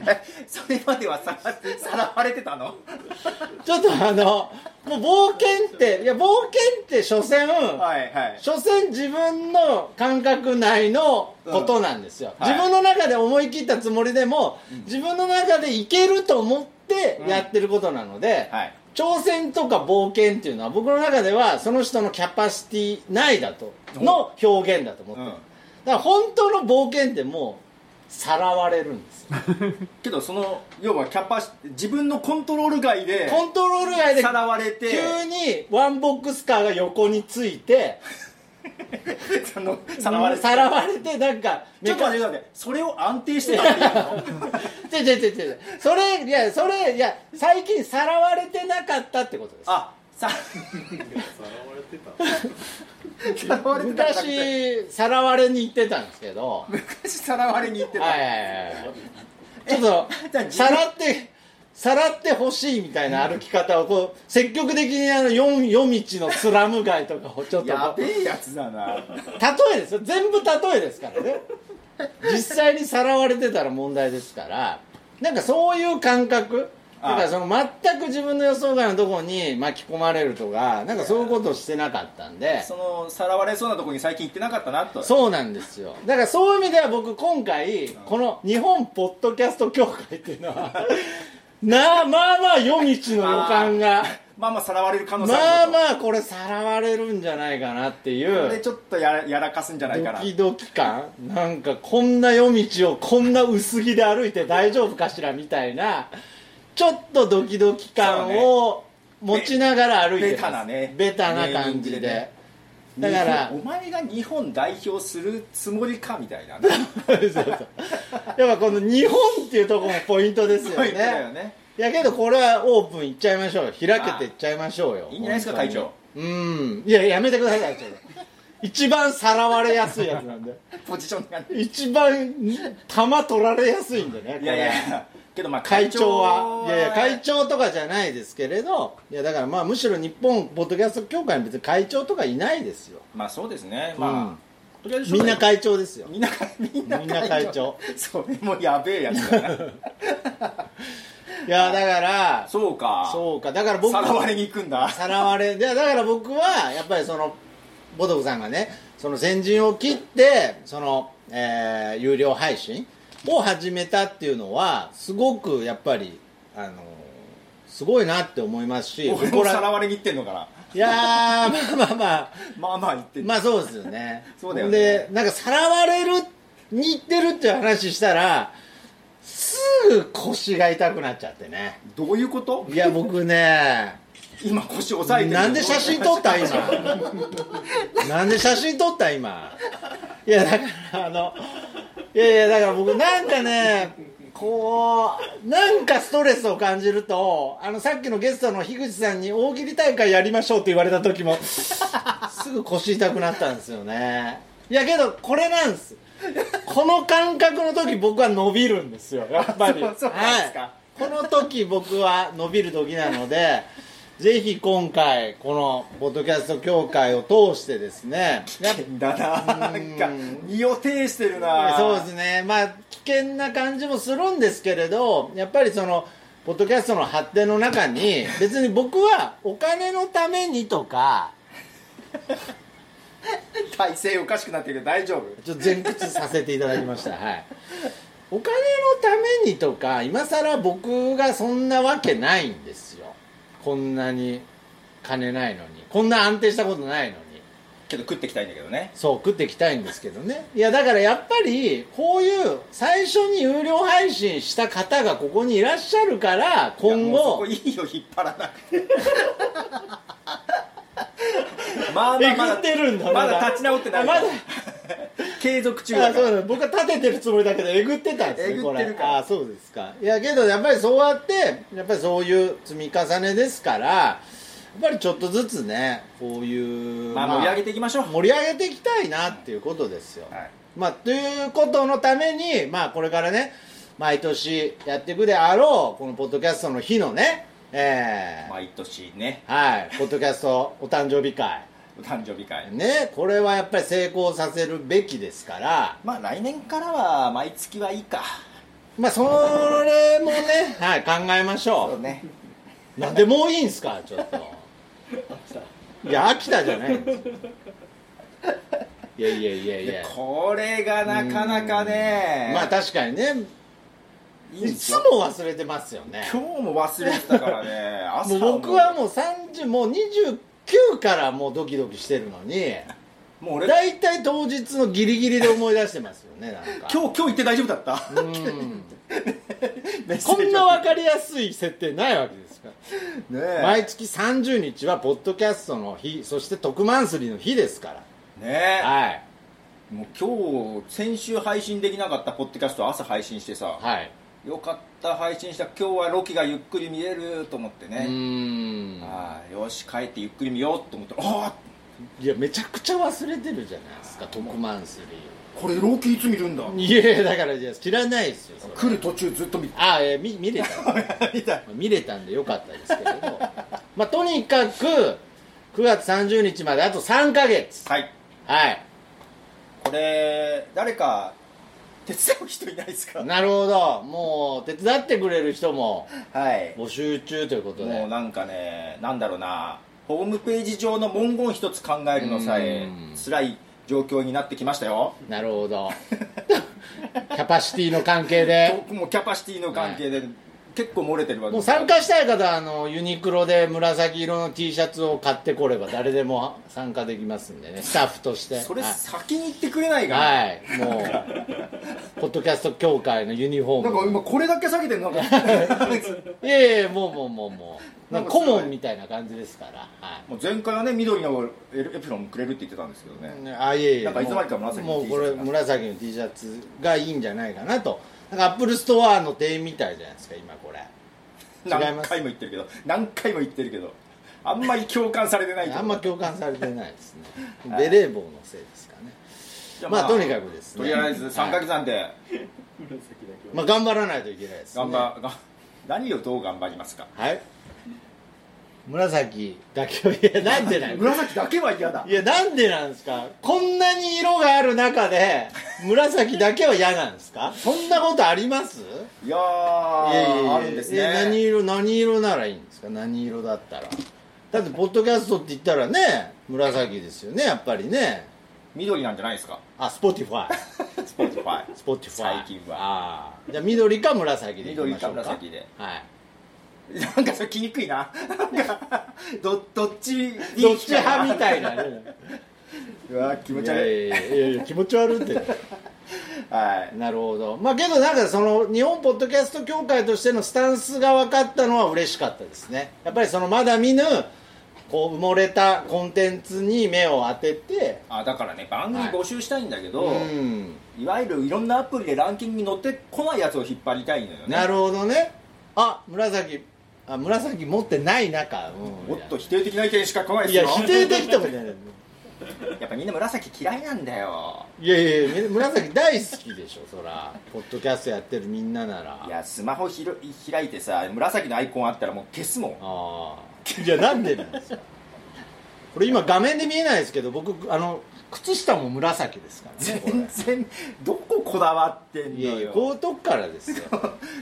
B: それまではさらさらわれてたの
A: ちょっとあのもう冒険っていや冒険って所詮、
B: はいはい
A: 所詮自分の感覚内のことなんですよ、
B: うんはい
A: 自分の中で思い切ったつもりでも、自分の中でいけると思ってってやってることなので、
B: はい
A: 挑戦とか冒険っていうのは僕の中ではその人のキャパシティ内だとの表現だと思ってる、
B: う
A: だ
B: ん
A: から本当の冒険ってもうさらわれるんですよ
B: けどその要はキャパシ自分のコントロール外で
A: コントロール外で
B: さらわれて
A: 急にワンボックスカーが横について
B: そのさらわれて
A: さらわれてなんか
B: ちょっと待ってちょっと待ってそれを安定してたっていう の
A: ちょちょちょちょそれいやそれいや最近さらわれてなかったってことです
B: あさ
F: われてた
B: さらわれてたんだって
A: 昔さらわれに行ってたんですけどはい
B: 昔さらわれに行ってた、
A: はいはいはいちょっとさらってさらってほしいみたいな歩き方をこう積極的にあの夜夜道のスラム街とかをちょっと
B: や
A: こう
B: べえやつだな
A: 例えですよ全部例えですからね実際にさらわれてたら問題ですからなんかそういう感覚
B: ああ
A: だからその全く自分の予想外のとこに巻き込まれるとかなんかそういうことをしてなかったんで
B: そのさらわれそうなとこに最近行ってなかったなと
A: そうなんですよだからそういう意味では僕今回この日本ポッドキャスト協会っていうのは なあまあまあ夜道の予感が
B: まあまあさらわれる可能性
A: まあ
B: あ
A: まあこれさらわれるんじゃないかなってい
B: る
A: う
B: でちょっとやらやらかすんじゃないか
A: ド
B: な
A: キドキ感なんかこんな夜道をこんな薄着で歩いて大丈夫かしらみたいなちょっとドキドキ感を持ちながら歩いてます
B: ベタなね
A: ベタな感じで
B: ネーミングでね
A: だから
B: お前が日本代表するつもりかみたいな
A: そうそう やっぱこの日本っていうところもポイントですよ
B: ポイントだよ
A: ね
B: ね
A: いやけどこれはオープンいっちゃいましょうよ開けていっちゃいましょうよ
B: いいんじゃないですか
A: 本
B: 会
A: 当に
B: 長
A: うんいややめてください会長一番さらわれやすいやつなんで
B: ポジションがね
A: 一番球取られやすいんでねこれ
B: いやいやけどまあ
A: 会長はいやいや会長とかじゃないですけれどいやだからまあむしろ日本ポッドキャスト協会に別に会長とかいないですよ
B: まあそうですね
A: う
B: ま
A: ん
B: あとりあえず
A: みんな会長ですよ
B: みんな会みんな
A: みんな会長
B: それもやべえやつだ な
A: いやだから
B: そうか
A: そうかだから僕
B: さらわれに行くんだ
A: さらわれいやだから僕はやっぱりそのボトクさんがねその先陣を切ってその、えー有料配信を始めたっていうのはすごくやっぱりあのすごいなって思いますし
B: 俺も
A: 誇
B: さ
A: ら
B: らわれに行ってんのかない
A: やーまあまあまあ
B: まあまあ言ってる
A: まあそうですよね
B: そうだよね
A: でなんかさらわれるに行ってるっていう話したらすぐ腰が痛くなっちゃってね
B: どういうこと
A: いや僕ね
B: 今腰押さえてる
A: なんで写真撮った今なんで写真撮った今いやだからあのいやいやだから僕なんかねこうなんかストレスを感じるとあのさっきのゲストの樋口さんに大喜利大会やりましょうって言われた時もすぐ腰痛くなったんですよねいやけどこれなんですこの感覚の時僕は伸びるんですよやっぱり
B: そうそうなんですか
A: はいこの時僕は伸びる時なのでぜひ今回このポッドキャスト協会を通してですねやっ
B: だななんか身を挺してるな
A: そうですねまあ危険な感じもするんですけれどやっぱりそのポッドキャストの発展の中に別に僕はお金のためにとか
B: 体勢おかしくなってるけど大丈夫
A: ちょっと前屈させていただきましたはいお金のためにとか今さら僕がそんなわけないんですよこんなに金ないのにこんな安定したことないのに
B: けど食ってきたいんだけどね
A: そう食っていきたいんですけどねいやだからやっぱりこういう最初に有料配信した方がここにいらっしゃるから今
B: いやもうそこ
A: 後
B: いいよ引っ張らなくて まあま
A: え
B: あま
A: ぐ
B: だ
A: ってるんだ
B: まだ立ち直ってない
A: あまだ
B: 継続中
A: あ
B: だか
A: そう
B: ら
A: なの僕は立ててるつもりだけどえぐってたんですね
B: えぐってる
A: これ
B: から
A: あそうですかいやけどやっぱりそうやってやっぱりそういう積み重ねですからやっぱりちょっとずつねこういう、
B: まあ盛り上げていきましょう、
A: 盛り上げていきたいなっていうことですよ、
B: はい
A: まあ、ということのために、まあ、これからね毎年やっていくであろうこのポッドキャストの日のねえー
B: 毎年ね
A: はいポッドキャストお誕生日会
B: お誕生日会
A: ねこれはやっぱり成功させるべきですから
B: まあ来年からは毎月はいいか
A: まあそれもね、 はい、考えまし
B: そう
A: ょ
B: ね
A: うなんでもういいんすかちょ っといや秋田じゃないんですよいやいやいやいや
B: これがなかなかね
A: まあ確かにね
B: いいんで
A: い
B: す
A: つ
B: よ
A: も忘れてますよね
B: 今日も忘れてたからね朝
A: もう
B: も
A: 僕はもう30もう29からもうドキドキしてるのに
B: もう俺今
A: 大体当日のギリギリで思い出してますよねなんか
B: 日今日行って大丈夫だった
A: うん こんな分かりやすい設定ないわけですから
B: ね
A: 毎月30日はポッドキャストの日そして特マンスリーの日ですか
B: えね
A: らはい
B: えもう今日先週配信できなかったポッドキャストを朝配信してさ、
A: はい
B: よかった配信した今日はロキがゆっくり見れると思って
A: う
B: ね、
A: ーん
B: ああよし帰ってゆっくり見ようと思ったらああ
A: いやめちゃくちゃ忘れてるじゃないですか特マンスリ
B: これロキいつ見るんだ
A: ーいやだからいや知らないですよそれ
B: 来る途中ずっと見て
A: あえ見見れた
B: 見た
A: 見れたんでよかったですけれど、まあ、とにかく9月30日まであと3ヶ月
B: はい
A: はい
B: これ誰か手伝う人いな いですか
A: なるほどもう手伝ってくれる人も
B: はい
A: 募集中ということ
B: もう
A: で
B: なんかねなんだろうなホームページ上の文言一つ考えるのさえ
A: うん
B: 辛い状況になってきましたよ
A: なるほど キャパシティの関係で
B: もうキャパシティの関係で結構漏れてるわけ
A: もう
B: ですよ
A: 参加したい方はあのユニクロで紫色の T シャツを買ってこれば誰でも参加できますんでねスタッフとして
B: それ
A: はい
B: 先に言ってくれないかな
A: はい、もう、ポッドキャスト協会のユニフォー
B: なんか
A: ム。
B: 今これだけ下げてるなんか
A: いやいや、もうもうもうもう、なんか顧
B: なんかすごい
A: 問みたいな感じですから。は
B: もう前回はね緑のエプロンくれるって言ってたんですけどね
A: い。ねあ、いえいえ。
B: なんかいつの間にか紫の
A: もう
B: T
A: これ、
B: シャツが
A: 紫の T シャツがいいんじゃないかなと。なんかアップルストアの店員みたいじゃないですか、今これ。違い
B: 何
A: ます
B: 回も言ってるけど何回も言ってるけどあんまり共感されてないけど
A: あんま共感されてないですね。
B: は
A: ベ
B: い
A: レー帽のせいですかね。
B: じゃ
A: まあとにかくですね
B: とりあえず3ヶ月なんで、
F: 紫だけは
A: まあ、頑張らないといけないですね。
B: 頑張、が何をどう頑張りますか
A: はい。紫だけを、いや、なんでない
B: 紫だけは嫌だ
A: いやなんでなんですかこんなに色がある中で紫だけは嫌なんですかそんなことありますい
B: いやー
A: やいやいや
B: あるんですね
A: いや何色何色ならいいんですか何色だったらだってポッドキャストって言ったらね紫ですよねやっぱりね
B: 緑なんじゃないですか
A: あスポティファイ
B: スポーツファイ
A: スポティファイ
B: 最近は
A: あーじゃあ緑か紫でいきましょうか
B: 緑か紫で
A: はい
B: なんかそれ気にくいななんかどどっちに
A: どっち派みたいなね
B: うわ ー気持ち
A: や
B: 悪い
A: いやいやいや気持ち悪いって
B: はい
A: なるほどまあけどなんかその日本ポッドキャスト協会としてのスタンスが分かったのは嬉しかったですねやっぱりそのまだ見ぬこう埋もれたコンテンツに目を当てて
B: あだからね番組
A: はい
B: 募集したいんだけど、
A: うん
B: いわゆるいろんなアプリでランキングに載ってこないやつを引っ張りたいのよね
A: なるほどねあ紫あ紫持ってない中、うん、
B: もっと否定的な意見しか来ないで
A: い
B: す
A: や
B: よ
A: 否定的とかじゃない
B: やっぱみんな紫嫌いなんだよ
A: いやいや紫大好きでしょそらポッドキャストやってるみんななら
B: いやスマホひろ開いてさ紫のアイコンあったらもう消すもん
A: ああいやなんでなんですかこれ今画面で見えないですけど僕あの靴下も紫ですからねこ
B: 全然どここだわってん
A: れ
B: の
A: いや
B: よ
A: いやこういうとこからですよ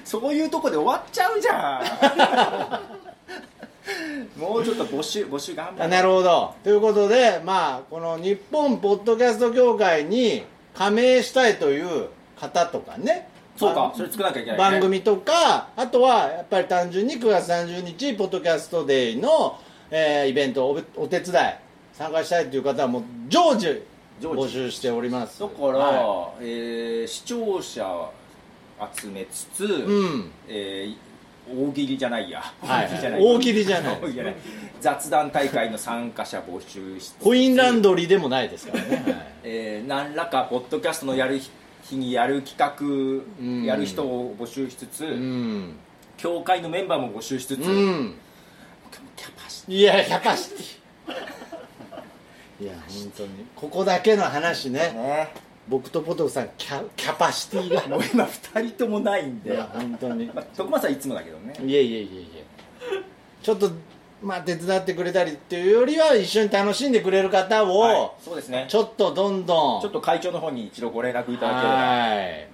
B: そういうとこで終わっちゃうじゃん もうちょっと募集募集頑張
A: あなる
B: ほ
A: ほどということでまあこの日本ポッドキャスト協会に加盟したいという方とかね
B: そうか
A: 番
B: それ作らなきゃいけない、ね、
A: 番組とかあとはやっぱり単純に9月30日ポッドキャストデイの、えーイベントおお手伝い参加したいという方はもう常時
B: 常時
A: 募集しております
B: だから、
A: は
B: えー視聴者集めつつ、
A: いうん
B: えー大喜利じゃないや、
A: はい
B: 大喜利じゃない
A: 大喜利じゃない
B: 大喜利じゃない雑談大会の参加者募集し
A: コインラン
B: ド、
A: ドリーでもないですからね、
B: えー何らかポッドキャストのやる日日にやる企
A: うん
B: 画やる人を募集しつつ、
A: うん
B: 協会のメンバーも募集しつつ、
A: うん
B: キャパシ
A: いやキャパシティいや本当にここだけの話
B: ティ
A: ね
B: ね
A: 僕とポトフさんキャキャパシティが
B: もう今2人ともないん
A: い
B: で
A: や本当にい
B: まあ徳松さんいつもだけどね
A: やいやいやいやちょっとまあ手伝ってくれたりっていうよりは一緒に楽しんでくれる方
B: はい
A: を
B: そうですね
A: ちょっとどんどん
B: ちょっと会長の方に一度ご連絡いただければ
A: はい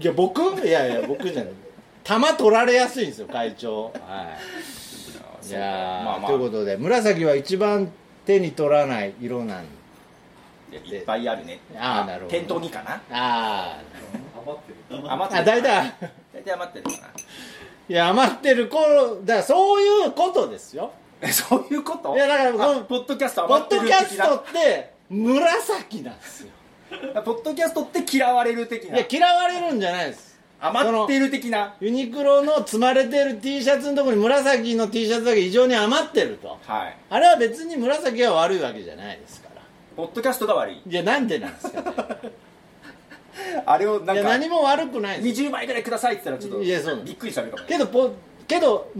A: いや僕いやいや僕じゃない球取られやすいんですよ会長はいいやー
B: まあまあ
A: ということで紫は一番手に取らない色なん
B: いやいっぱいあるね
A: あーなるほど
B: 店頭にかな
A: あ
F: 余ってる
B: 余って
A: あ
B: る
A: 大体
B: 大体対余ってるか
A: いや余ってる頃だからそういうことですよ
B: なそういうこと
A: いやだからこの
B: あポッドキャスト
A: ポ
B: 余っ
A: ッ
B: て
A: ド
B: る
A: キャス
B: 的な
A: トって紫なんですよ
B: あポッドキャストって嫌われる的
A: い
B: な
A: や嫌われるんじゃないです
B: 余ってる的な
A: ユニクロの積まれてる T シャツのところに紫の T シャツだけ異常に余ってると
B: はい
A: あれは別に紫が悪いわけじゃないですから
B: ポッドキャストが悪い
A: いやなんで なんですかね
B: あれをないん
A: や
B: か
A: 何も悪くないです
B: 20枚ぐらいくださいって言ったらちょ
A: いや
B: っ
A: そう
B: と
A: だ
B: びっくりされるかもね
A: けどポけど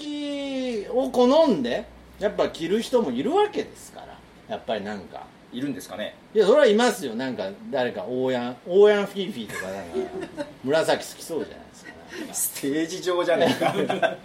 A: 紫を好んでやっぱ着る人もいるわけですからやっぱりなんか
B: いるんですかね
A: いやそれはいますよなんか誰かオーヤンオーヤンフィーフィーとかなんか紫好きそうじゃないですか
B: ステージ上じゃねえか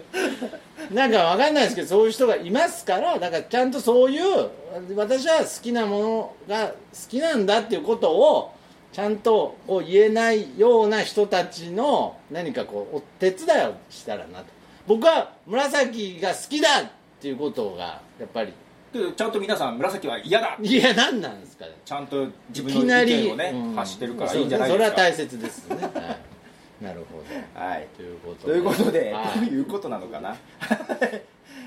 A: なんかわかんないですけどそういう人がいますからだからちゃんとそういう私は好きなものが好きなんだっていうことをちゃんとこう言えないような人たちの何かこうお手伝いをしたらなと僕は紫が好きだっていうことがやっぱり
B: けどちゃんと皆さん紫は嫌だ
A: いや何なんですかね
B: ちゃんと自
A: いき
B: 分の
A: な
B: 意
A: り
B: 見をね、
A: うん
B: 発してるからいいんじゃない
A: そう
B: で
A: ね
B: す
A: そ
B: か
A: れは大切ですね、はい、なるほど
B: はい
A: ということ
B: ということで、
A: は
B: どう
A: い
B: いうことなの かな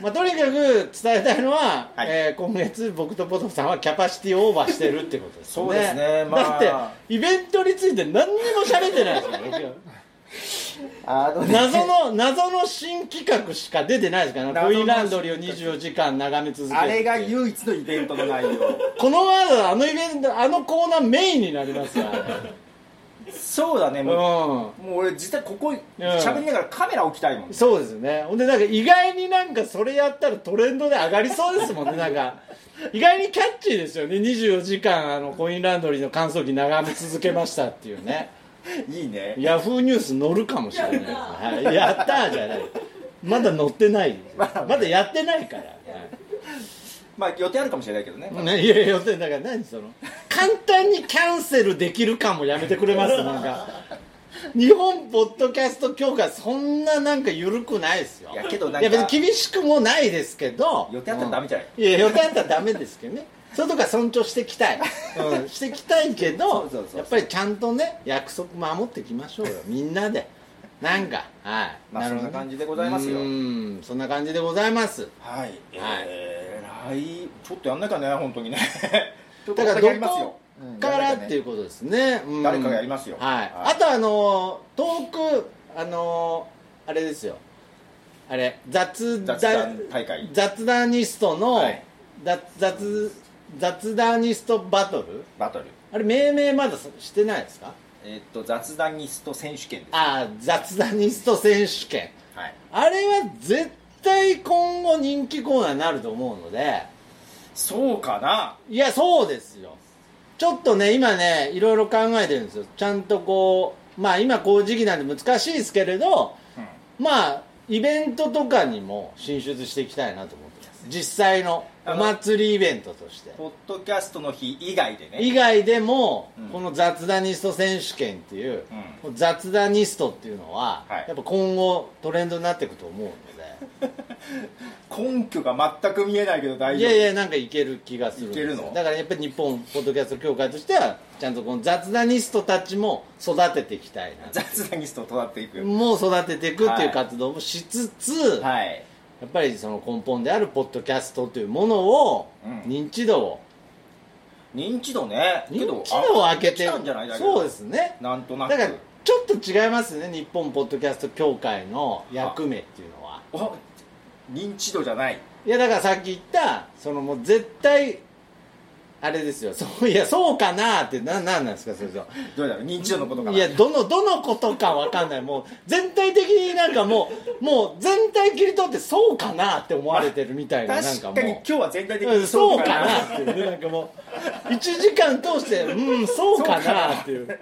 A: まあ、とにかく伝えたいのは、
B: はい
A: えー今月僕とポトフさんはキャパシティオーバーしてるってことですね
B: そうですねまあ
A: だってイベントについて何にも喋ってないです から僕は
B: あの
A: 謎の謎の新企画しか出てないですからねコイ
B: 謎の新
A: ンランドリーを24時間眺め続ける
B: あれが
A: う
B: 唯一のイベントの内容
A: このワードはあのイベントあのコーナーメインになりますよあれ
B: そうだねも
A: う
B: う,、もう俺実はここ喋りながらカメラ置きたいもん、
A: んそうですねほんでなんか意外になんかそれやったらトレンドで上がりそうです もんねなんか意外にキャッチーですよね24時間あのコインランドリーの乾燥機眺め続けましたっていうね
B: いいね
A: ヤフーニュース乗るかもしれないですね、はい、やったーじゃないまだ乗ってないまだやってないから、は
B: まあ予定あるかもしれないけどね、
A: いね、いやいや予定だから何その簡単にキャンセルできるかもやめてくれますなんか日本ポッドキャスト協会そんななんか緩くないですよ
B: いやけどなんか
A: いや別に厳しくもないですけど
B: 予定あったらダメじゃない、
A: いや予定あったらダメですけど ねそういうとこは尊重していきたい、うん、していきたいけど
B: そうそうそうそう
A: やっぱりちゃんとね約束守っていきましょうよみんなでなんかはい、
B: まあ
A: るほど
B: そんな感じでございますよ
A: うんそんな感じでございます
B: はい、えー、来ちょっとやんないかね本当にねちょ っと
A: だから
B: やり
A: ど
B: ますよ
A: こからっていううことですね、うん
B: 誰かがやりますよ
A: はい、
B: はい
A: あとあのー遠くあのーあれですよあれ雑
B: 雑談大会
A: 雑談ニストの、
B: はい
A: 雑雑雑談ニストバトル
B: バトル
A: あれ命名まだしてないですか
B: えーっと雑談ニスト選手権です
A: ああ雑談ニスト選手権
B: はい
A: あれは絶対今後人気コーナーになると思うので
B: そうかない
A: やそうですよちょっとね今ねいろいろ考えてるんですよちゃんとこうまあ今こう時期なんで難しいですけれどまあイベントとかにも進出していきたいなと思ってます実際のお祭りイベントとして
B: ポッドキャストの日以外で
A: 以
B: ね
A: 外でも、
B: うん
A: この雑談ニスト選手権っていう、雑談ニストっていうのは、
B: はい
A: やっぱ今後トレンドになっていくと思うの
B: 根拠が全く見えないけど大
A: でい
B: 丈夫
A: やいやなんかいける気がするんですよ
B: いけるの
A: だからやっぱり日本ポッドキャスト協会としてはちゃんとこの雑談ニストたちも育てていきたいな
B: 雑談ニストを育っていく
A: もう育てていくっていう
B: はい
A: 活動もしつつ、
B: はい
A: やっぱりその根本であるポッドキャストというものを、
B: うん
A: 認知度を
B: 認知度ねけ
A: 認
B: ど
A: 知度を上げ
B: 上
A: て
B: がってきたんじゃないだけど
A: そうですね
B: なんとなく
A: だからちょっと違いますね日本ポッドキャスト協会の役目っていうのは
B: あ認知度じゃない
A: いやだからさっき言ったそのもう絶対あれですよそういやそうかなってななんなんですかそれじゃ
B: どうだろう認知度のことかない
A: やどのどのことかわかんないもう全体的になんかもうもう全体切り取ってそうかなって思われてるみたいななん
B: 確
A: か
B: か
A: も
B: に今
A: う
B: 日は全体的
A: う
B: に
A: んそうかなっていうねなんかもう1時間通してうんそうかなっていう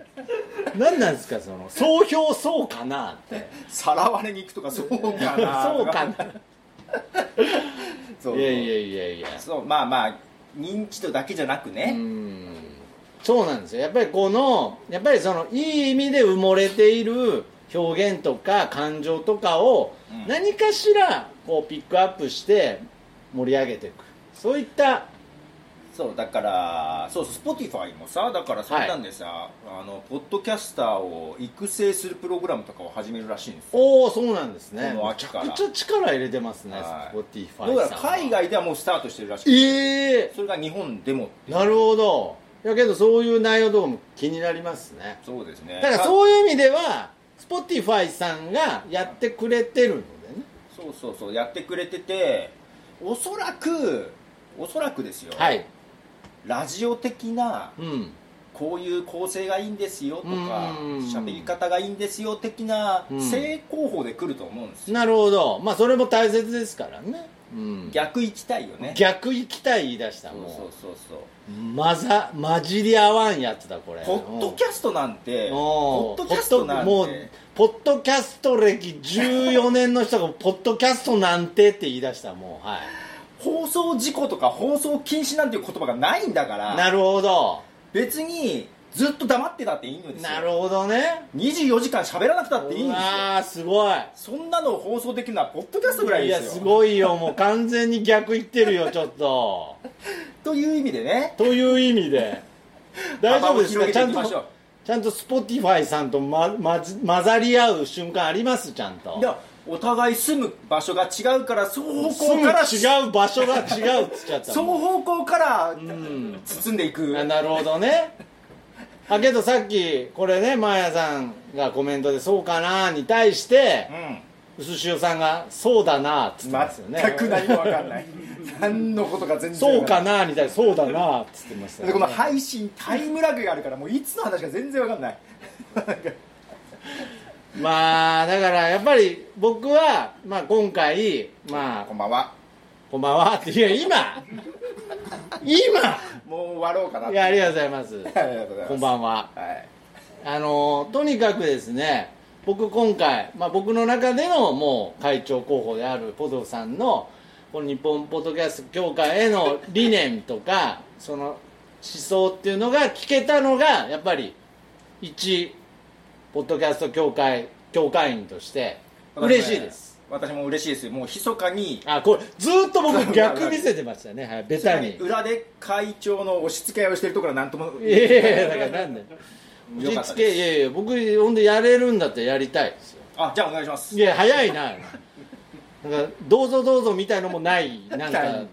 A: なんなんですかその総評そうかなって
B: さらわれに行くとかそうか な
A: そうかな
B: そう
A: いやいやいやいや
B: そうまあまあ認知度だけじゃなく
A: う
B: ね、
A: んそうなんですよやっぱりこのやっぱりそのいい意味で埋もれている表現とか感情とかを
B: うん
A: 何かしらこうピックアップして盛り上げていくそういった
B: そうだからそう Spotify もさだからそれなんでさ、あのポッドキャスターを育成するプログラムとかを始めるらしいんですよ
A: おおそうなんですね
B: この
A: めち
B: 秋
A: ゃ
B: から
A: くちゃ力入れてますね
B: はい
A: Spotify
B: だ
A: さ
B: か
A: ん
B: ら
A: は
B: 海外ではもうスタートしてるらしい
A: ええ
B: それが日本でも
A: なるほどいやけどそういう内容とかも気になりますね
B: そうですね
A: だから
B: う
A: そういう意味では Spotify さんがやってくれてるのでね
B: そうそうそうやってくれてておそらくおそらくですよ、
A: はい
B: ラジオ的な
A: うん
B: こういう構成がいいんですよとか
A: うん
B: 喋り方がいいんですよ的な
A: うん
B: 正攻法で来ると思うんですよ、
A: なるほどまあそれも大切ですからね、うん、
B: 逆行きたいよね
A: 逆行きたい言い出した
B: そう
A: もう
B: そうそうそう
A: まざ混じり合わんやつだこれ
B: ポッドキャストなんて
A: うん
B: ポッドキャストな
A: ポッ
B: ん
A: ドもう
B: て
A: ポッドキャスト歴14年の人が「ポッドキャストなんて」って言い出したもうはい
B: 放送事故とか放送禁止なんていう言葉がないんだから
A: なるほど
B: 別にずっと黙ってたっていいのですよ
A: なるほどね
B: 24時間喋らなくたっていいん
A: う
B: ですよ
A: わーすごい
B: そんなのを放送できるのはポッドキャストぐらい
A: い
B: で
A: や
B: すよ
A: すごいよもう完全に逆言ってるよちょっと
B: という意味でね
A: という意味で大丈夫ですか
B: 幅を広げ
A: ちゃ
B: てい
A: ん
B: きましょ
A: と
B: う
A: ちゃんと Spotify さんと、ま、まず混ざり合う瞬間ありますちゃんと
B: いやお互い住む場所が違うから双方
A: すぐ
B: 向から
A: 違う場所が違うっつっちゃった
B: 双
A: もん
B: 方向から
A: ん
B: 包んでいく
A: あなるほどねあけどさっきこれねマーヤさんがコメントで「そうかな」に対して
B: う
A: 薄潮さんが「そうだな」っつってますよ
B: ん
A: ね
B: 全く何も分かんない 何のことか全然
A: そう
B: わか
A: か
B: んない
A: な」みたいな「そうだな」っつってましたよ
B: で
A: ね
B: この配信タイムラグがあるからもういつの話か全然分かんない
A: まあだからやっぱり僕は、まあ、今回ま
B: こ
A: あ
B: んばんは
A: こんばんはっていや今今
B: もう終わろうかないい
A: やありがとうございます
B: ありがとうございます
A: こんばんは
B: はい
A: あのとにかくですね僕今回、まあ、僕の中でのもう会長候補であるポドフさんのこの日本ポッドキャスト協会への理念とかその思想っていうのが聞けたのがやっぱり一ポッドキャスト協会協会員として嬉しいです
B: 私も嬉しいですもう密かに
A: あこれずーっと僕逆見せてましたね、はい、ベタに
B: 裏で会長の押し付け合いをしてるところは何とも
A: いやいやいやだからなんで
B: よか
A: 打
B: っ
A: ち
B: た
A: 付け
B: で
A: い
B: す
A: やいや僕ほんでやれるんだったらやりたいですよ
B: あじゃあお願いします
A: いや早いななんかどうぞどうぞみたいのもないなんか
B: ない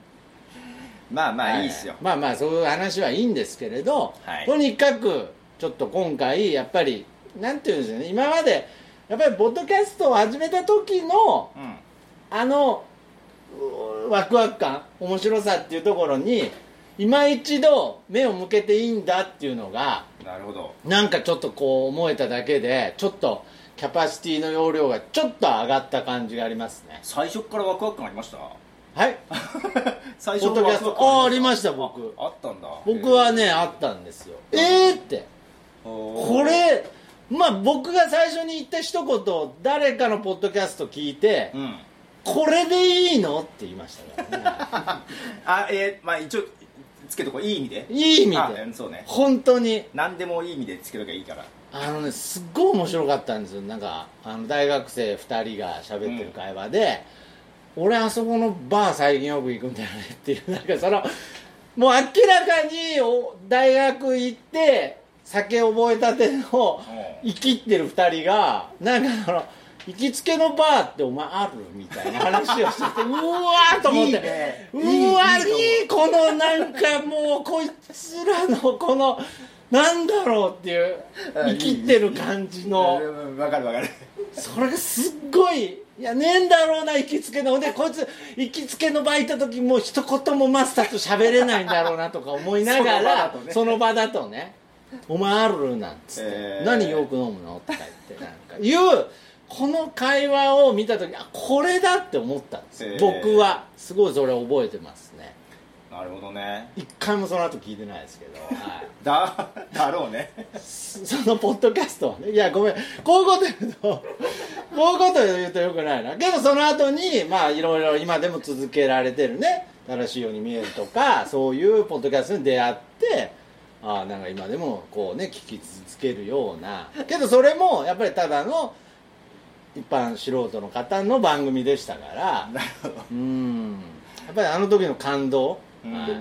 B: まあまあいいですよ
A: まあまあそういう話はいいんですけれど、
B: はい
A: とにかくちょっと今回やっぱりなんて言うんですよね今までやっぱりポッドキャストを始めた時の
B: うん
A: あのうワクワク感面白さっていうところに今一度目を向けていいんだっていうのが
B: なるほど
A: なんかちょっとこう思えただけでちょっとキャパシティの容量がちょっと上がった感じがありますね
B: 最初からワクワク感ありました
A: はい
B: 最
A: ポッドキャストあありました僕
B: ああったんだ
A: 僕は
B: へ
A: ね
B: ー
A: あったんですよえーってこれまあ僕が最初に言った一言誰かのポッドキャスト聞いて
B: うん
A: これでいいのって言いました からね
B: あえー、まあ一応つけとこういい意味で
A: いい意味
B: あ
A: で
B: うんそうね
A: 本当に
B: 何でもいい意味でつけときゃいいから
A: あのねすっごい面白かったんですよなんかあの大学生2人が喋ってる会話で、俺あそこのバー最近よく行くんだよねっていうなんかそのもう明らかにお大学行って酒覚えたての
B: うん
A: 生きってる2人がなんかその行きつけのバーってお前あるみたいな話をしててうわーと思って
B: いいね
A: うわ
B: いいいいと思
A: い
B: う
A: いこのなんかもうこいつらのこのなんだろうっていう
B: うん
A: 生きてる感じの
B: うんわかるわかる
A: それがすっごいいやねえんだろうな行きつけのでこいつ行きつけの場行った時もう一言もマスターと喋れないんだろうなとか思いながらそ
B: そ
A: の場だとね「お前ある?」なんつって
B: え
A: 「
B: ー
A: 何よく飲むの?」って言ってなんかいうこの会話を見た時あこれだって思ったんですよ
B: えー
A: 僕はすごいそれ覚えてますね
B: なるほどね
A: 一回もその後聞いてないですけど、はい、
B: だ だろうね
A: そ のポッドキャストはねいやごめんこういうこと言うと こういうこと言うとよくないなけどその後にまあいろいろ今でも続けられてるね正しいように見えるとかそういうポッドキャストに出会ってああなんか今でもこうね聞き続けるようなけどそれもやっぱりただの一般素人の方の番組でしたから
B: なるほど
A: うんやっぱりあの時の感動
B: うん
A: はい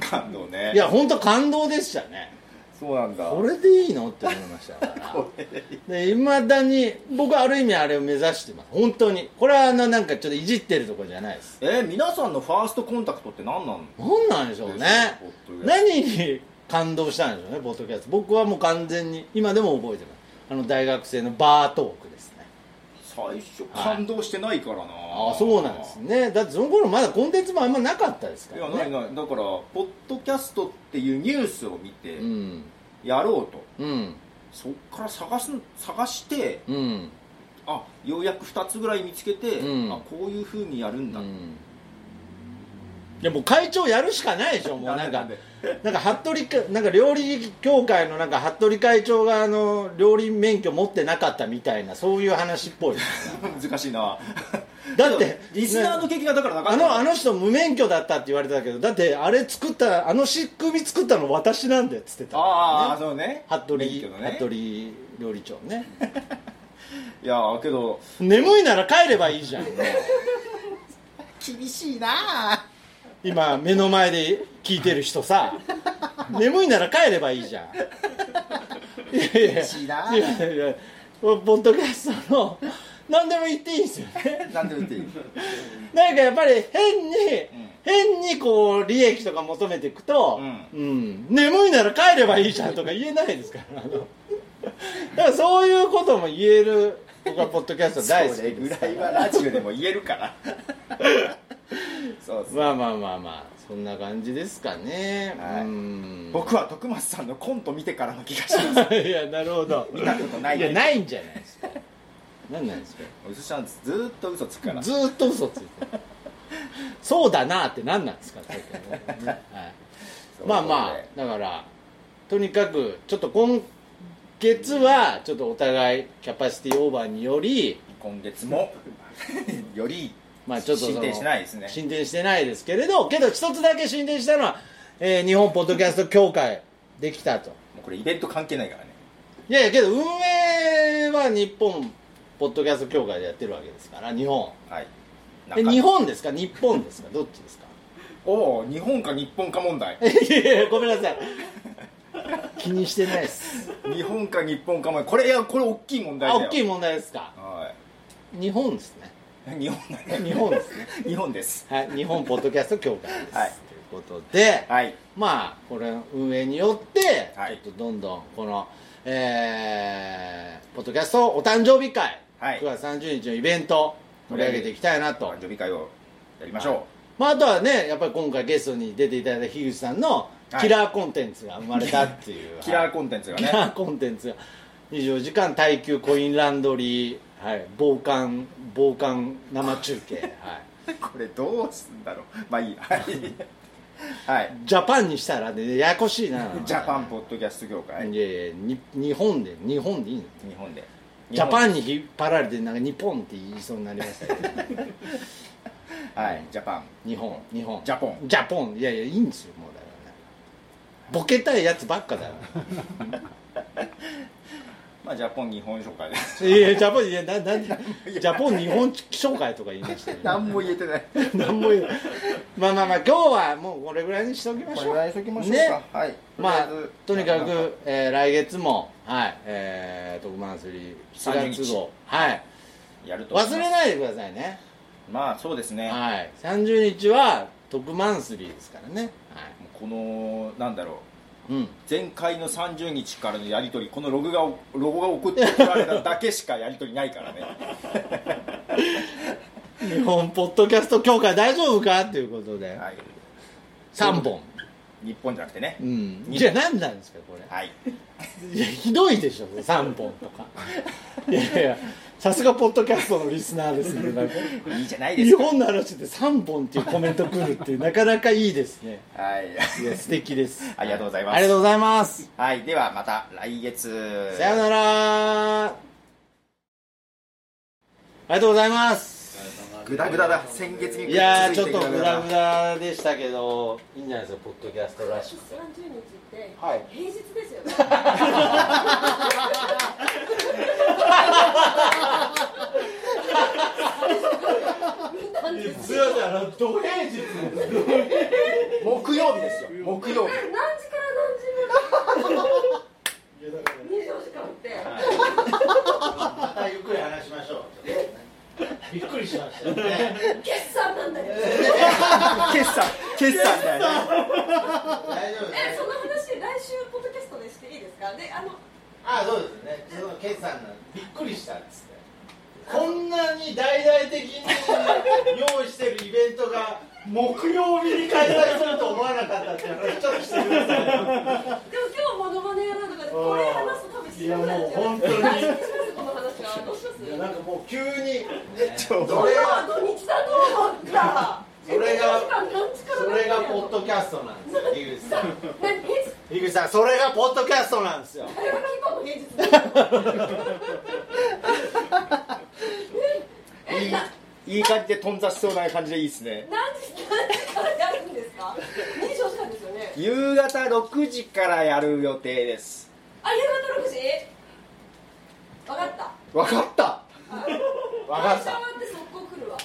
B: 感動ね
A: いや本当感動でしたね
B: そうなんだ
A: これでいいのって思いました からいまだに僕はある意味あれを目指してます本当にこれはあのなんかちょっといじってるとこじゃないです
B: えー皆さんのファーストコンタクトって何なん
A: 何なんでしょうね
B: ポッドキャスト
A: 何に感動したんでしょうねポッドキャスト僕はもう完全に今でも覚えてますあの大学生のバートークですね
B: 最初感動してないからな、
A: ああそうなんですねだってその頃まだコンテンツもあんまなかったですか
B: いや
A: ら
B: ない
A: ね
B: ないだからポッドキャストっていうニュースを見て
A: うん
B: やろうと、
A: うん
B: そっから探す探して
A: うん
B: あようやく2つぐらい見つけて、
A: うん
B: あこういうふうにやるんだ、
A: うんいやもう会長やるしかないでしょもうなん
B: な
A: か
B: んで
A: なんか服部かなんか料理協会のなんか服部会長があの料理免許持ってなかったみたいなそういう話っぽい ですね
B: 難しいな
A: だって
B: リスナーの経験がだからなか
A: あ
B: った
A: のあの人無免許だったって言われてたけどだってあれ作ったあの仕組み作ったの私なんでっつってた
B: ああ
A: ね
B: そうね
A: 服部
B: 免許のね
A: 服部料理長ね
B: いやーけど
A: 眠いなら帰ればいいじゃん もう
B: 厳しいな
A: 今目の前で聞いてる人 さ眠いなら帰ればいいじゃんいやいや
B: しいない
A: やいやポッドキャストの何でも言っていいんですよね
B: なんで言っていい
A: なんかやっぱり変に、変にこう利益とか求めていくと、
B: う
A: うん眠いなら帰ればいいじゃんとか言えないですからあのだからそういうことも言える僕はポッドキャスト大好き
B: そ
A: で
B: れ
A: す
B: ぐらいはラジオでも言えるからそうそう
A: まあまあまあまあそんな感じですかね、
B: はい
A: うん
B: 僕は徳松さんのコント見てからの気がしま す
A: いやなるほど
B: 見たことない
A: いやないんじゃないですか何なんですか
B: 嘘ちゃんですずーっと嘘つくから
A: ずーっと嘘ついてるそうだなって何なんですか最近ねはい
B: そう
A: まあまあだからとにかくちょっと今月はちょっとお互いキャパシティオーバーにより
B: 今月も より
A: まあちょっとその
B: 進展してないですね
A: 進展してないですけれどけど一つだけ進展したのは、えー日本ポッドキャスト協会できたと
B: もうこれイベント関係ないからね
A: いやいやけど運営は日本ポッドキャスト協会でやってるわけですから日本
B: はい
A: え
B: 中
A: 日本ですか日本ですかどっちですか
B: おう日本か日本か問題
A: いやいやごめんなさい気にしてないです
B: 日本か日本か問題これいやこれ大きい問題だ
A: あ
B: よ
A: 大きい問題ですか
B: は
A: 日本ですね
B: い日本だね
A: 日本ですね
B: 日本です
A: はい日本ポッドキャスト協会です、
B: はい
A: ということで
B: はい
A: まあこれ運営によって、
B: はい
A: ちょっとどんどんこのえーポッドキャストお誕生日会、
B: はい
A: 9月30日のイベント盛り上げていきたいなと
B: 誕生日会をやりましょ
A: まあ、あとはねやっぱり今回ゲストに出ていただいた樋口さんの
B: はい
A: キラーコンテンツが生まれたっていう
B: う、
A: はい
B: キラーコンテンツが
A: キ
B: ね
A: ラー コンテンツが24時間耐久コインランドリー、はい、防寒防寒生中 継、はい、
B: これどうすんだろうまあいいはい、はい、
A: ジャパンにしたらねややこしい な
B: ジャパンポッドキャスト業界、
A: いやいやに日本で日本でいいの
B: 日本で
A: ジャパ
B: ン
A: ンに引っ張られてなんか日本って言いそうになりました けど
B: はいジャパン
A: 日本日本
B: ジャポン
A: ジャポンいやいやいいんですよもうだからねボケたいやつばっかだよ
B: まあジャポン日本 紹介 で
A: いやジャポンいやななん ジャポン日本紹介とか言いましたよ
B: 何も言えてない
A: 何も言う まあまあまあ今日はもうこれぐらいにしておきま
B: こ
A: し
B: れ
A: ょ
B: ぐ
A: う
B: らいしときましょうか、
A: ね
B: はい
A: まあと
B: り
A: に
B: えず
A: かく、えー来月もはいえー、特番すり7月号はい
B: やると思いま
A: 忘
B: す
A: れないでくださいね
B: まあそうですね、
A: はい30日は特マンスリーですからねはい
B: もうこのなんだろう
A: うん
B: 前回の30日からのやり取りこのログがロゴが送ってこられただけしかやり取りない からね
A: 日本ポッドキャスト協会大丈夫かということで、
B: はい
A: 3本、
B: 日本じゃなくてね
A: うん、
B: 日本
A: じゃあ何なんですかこれ
B: はい
A: いやひどいでしょ3本と かいやいやさすがポッドキャストのリスナーですねなんか
B: いいじゃないで
A: 日
B: すか
A: 本の話で3本っていうコメント来るってなかなかいいですね
B: はい
A: いや素敵です
B: ありがとうございま
A: あ
B: す
A: りがとうございます
B: はい、ではまた来月。
A: さよならありがとうございます
B: グダグダだ。先月に
A: いやーちょ
B: 続
A: っ
B: いて
A: とグ
B: グ
A: ダ
B: ダ
A: グ
B: グダ
A: ダでしたけどいいんじゃないですかポッドキャストらしくて
E: 三十日って
A: はい
E: 平日ですよね。
A: すいませんあの土平日
B: 木曜日ですよ。木
A: 大丈夫
B: 決算だよね
C: えその話来週ポッドキャストでしていいですかであの
A: あそうですねその決算のびっくりしたっつってこんなに大々的に用意してるイベントが木曜日に開催すると思わなかったっていう話ちょっとしてください
C: でも今日モノマネやらんとかでこれ話すと多分
A: い
C: 知
A: や
C: ら
A: も
C: ないう
A: 本
C: ん
A: 当
C: ですよ
A: に
C: 来週しますこの話はどうし
A: いや
C: ま
A: なん
C: す
A: かもう急に
B: ちょっと
A: それが
C: 土日だと思った
A: それが
C: 時間何時から
A: それがポッ
C: 何
A: ドキャストなんですよ樋口さん
C: 平日
A: 樋口さんそれがポッドキャストなんですよ
C: あれはキーパーの平日だよええない
B: いい感じで頓挫しそうな感じでいいですね
C: 何時何時からやるんですか認証したんですよね
B: 夕方6時からやる予定です
C: あ夕方6時分かった
B: わかった
A: 分かっ
C: 明日終
A: た
C: わって速攻来るわ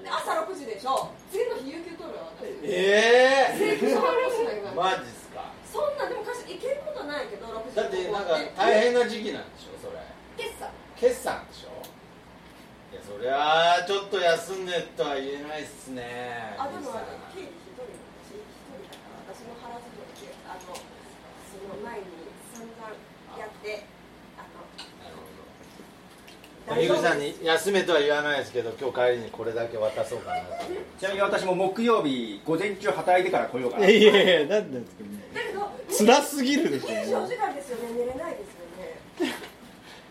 C: で朝6時でしょ次の日有給取るわ私
A: ええ
C: 請求書発表しないから
A: マジっすか
C: そんなでも会社行けることはないけど6時
A: だってなんか大変な時期なんでしょそれ
C: 決算
A: 決算でしょいやそりゃあちょっと休んでとは言えないっすね
C: あでも
A: さ
C: あの経理一人私一人だから私も払わせといてあのその前に散々やってあの
A: なるほど井口さんに休めとは言わないですけど今日帰りにこれだけ渡そうかな
B: ちなみに私も木曜日午前中働いてから来ようかな
A: といやいやなんですか
C: だけど
A: 辛すぎるでしょ
C: 24時間ですよね寝れないですよね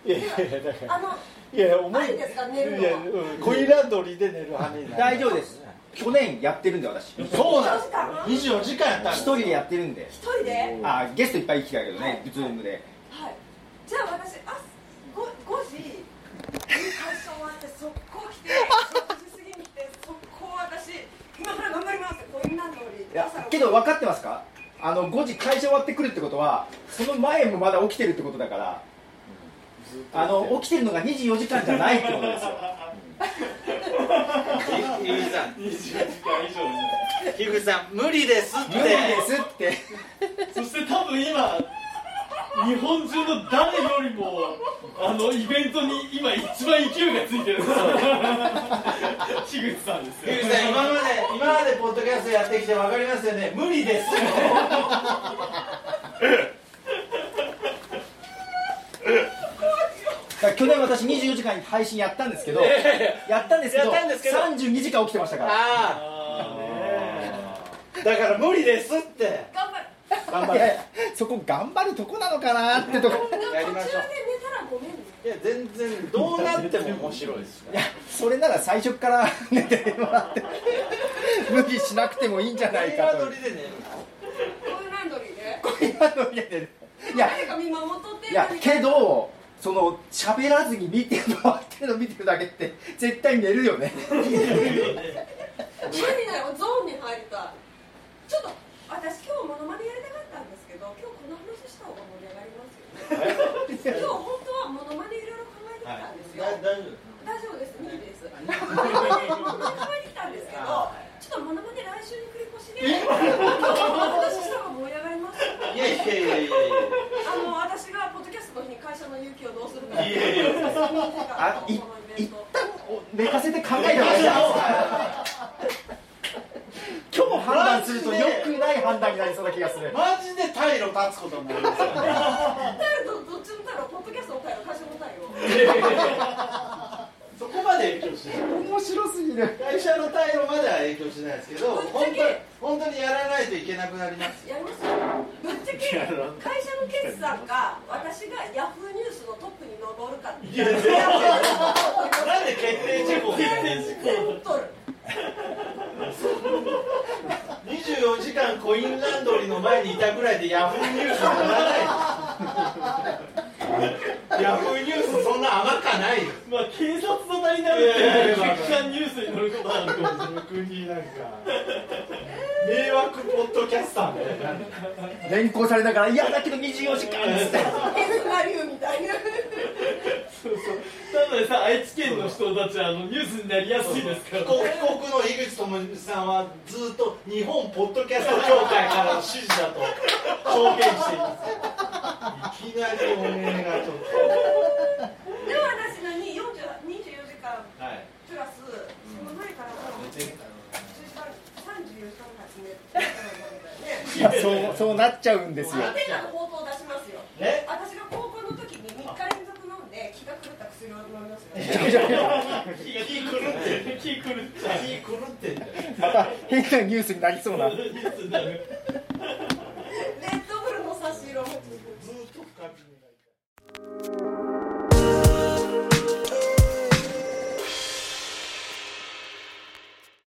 A: いやいやだから
C: あの
A: いや重
C: ありですか寝るの
A: いやうんコインランドリーで寝る羽になる
B: 大丈夫です去年やってるんで私一
A: そうなんですよ24時間やったんです
B: 人
A: よ
B: でやってるんで
C: 一人で
B: あゲストいっぱい来たけどねズームで
C: はい。じゃあ私あ五五時に会社終わって速攻来て六時過ぎに来て速攻私今から頑張りますってコインランドリ
B: い
C: ー
B: やけど分かってますかあの5時会社終わってくるってことはその前もまだ起きてるってことだからあの起きてるのが24時間じゃないってことですよ
A: 井口さん
F: 24時間以上に
A: 樋口さん無理ですって
B: 無理ですって
F: そして多分今日本中の誰よりもあのイベントに今一番勢いがついてる樋口さんですよ
A: 樋口さん今まで今までポッドキャストやってきて分かりますよね無理です
B: だから去年私24時間配信やったんですけどやったんですけ
A: やっ
B: ど
A: たんですけど
B: 32時間起きてましたから
A: あ
F: あ
A: あだから無理ですって
C: 頑張る。
A: 頑張
B: い
A: れ
B: やいやそこ頑張るとこなのかなってとこ
A: やりましょう
C: 途中で寝たらごめんね。
A: いや全然どうなっても面白いですか
B: いやそれなら最初から 寝てもらって 無理しなくてもいいんじゃな
A: ら
B: い
A: 映
B: か
A: 画
B: と
A: 撮りでね
C: コインランドリーで。
B: 今の入れてるいや
C: 誰か見守っとって。
B: いやけどその喋らずに見てるの回ってるの見てるだけって絶対寝るよね
C: 無理だよゾーンに入りたい。ちょっと私今日モノマネやりたかったんですけど今日この話した方が盛り上がりますよね。今日本当はモノマネいろいろ考えてきたんですよ。
A: 大丈夫
C: 大丈夫です、ミキです。モノマネ考えてきたんですけど、ちょっとモノマネ来週に繰り越しで、私した方が盛り上がります。
A: いやいやいやいやい
C: あの私がポッドキャストの日に会社の勇気をどうするか。い
A: やいや
B: あい
C: このイベ
B: 一
C: ント。
B: 旦寝かせて考えてました今日判断すると良くない判断になりそうな気がする
A: マジで退路立つことになりますよ
C: 誰とどっちの対応、ポッドキャストの対応、会社の対応。
A: そこまで影響しない
B: 面白すぎる
A: 会社の退路までは影響しないですけど
C: ぶっち
A: 本当
C: ゃけ
A: に本当にやらないといけなくなります
C: やりますよ。ぶっちゃけ会社の決算が私がヤフーニュースのトップに上るかって。いやい
A: なんで決定事項
C: 全部取る。
A: 24時間コインランドリーの前にいたぐらいでヤフーニュースにならないヤフーニュースそんな甘かないよ
F: まあ警察沙汰になるって結果ニュースに載ることあるかもしれない
A: になんか迷惑ポッドキャスターみたいな
B: 連行されながら「いやだけど24時間」っつって
C: エスマリューみたいな。
F: そうそうなのでさ愛知県の人たちはあのニュースになりやすいですから
A: 国国の井口智美さんはずっと日本ポッドキャスト協会からの支持だと証言していますいきなりおめえがちょっ
C: でも私何四十二十四時間
A: とはい
C: プラスその前からの
A: 寝てみたの
C: 10時34時間発熱って言ったの
B: い
C: にね
B: やそうそうなっちゃうんですよ
C: アテナの方法を出しますよ
F: え
C: 私が高校の時に3日連続飲んで気が狂った薬を飲みますよね
F: 気が気狂って気狂って気狂ってんだよ
B: また変なニュースになりそうな
F: ずっと
C: レッドブルの差し色も
F: 深みになる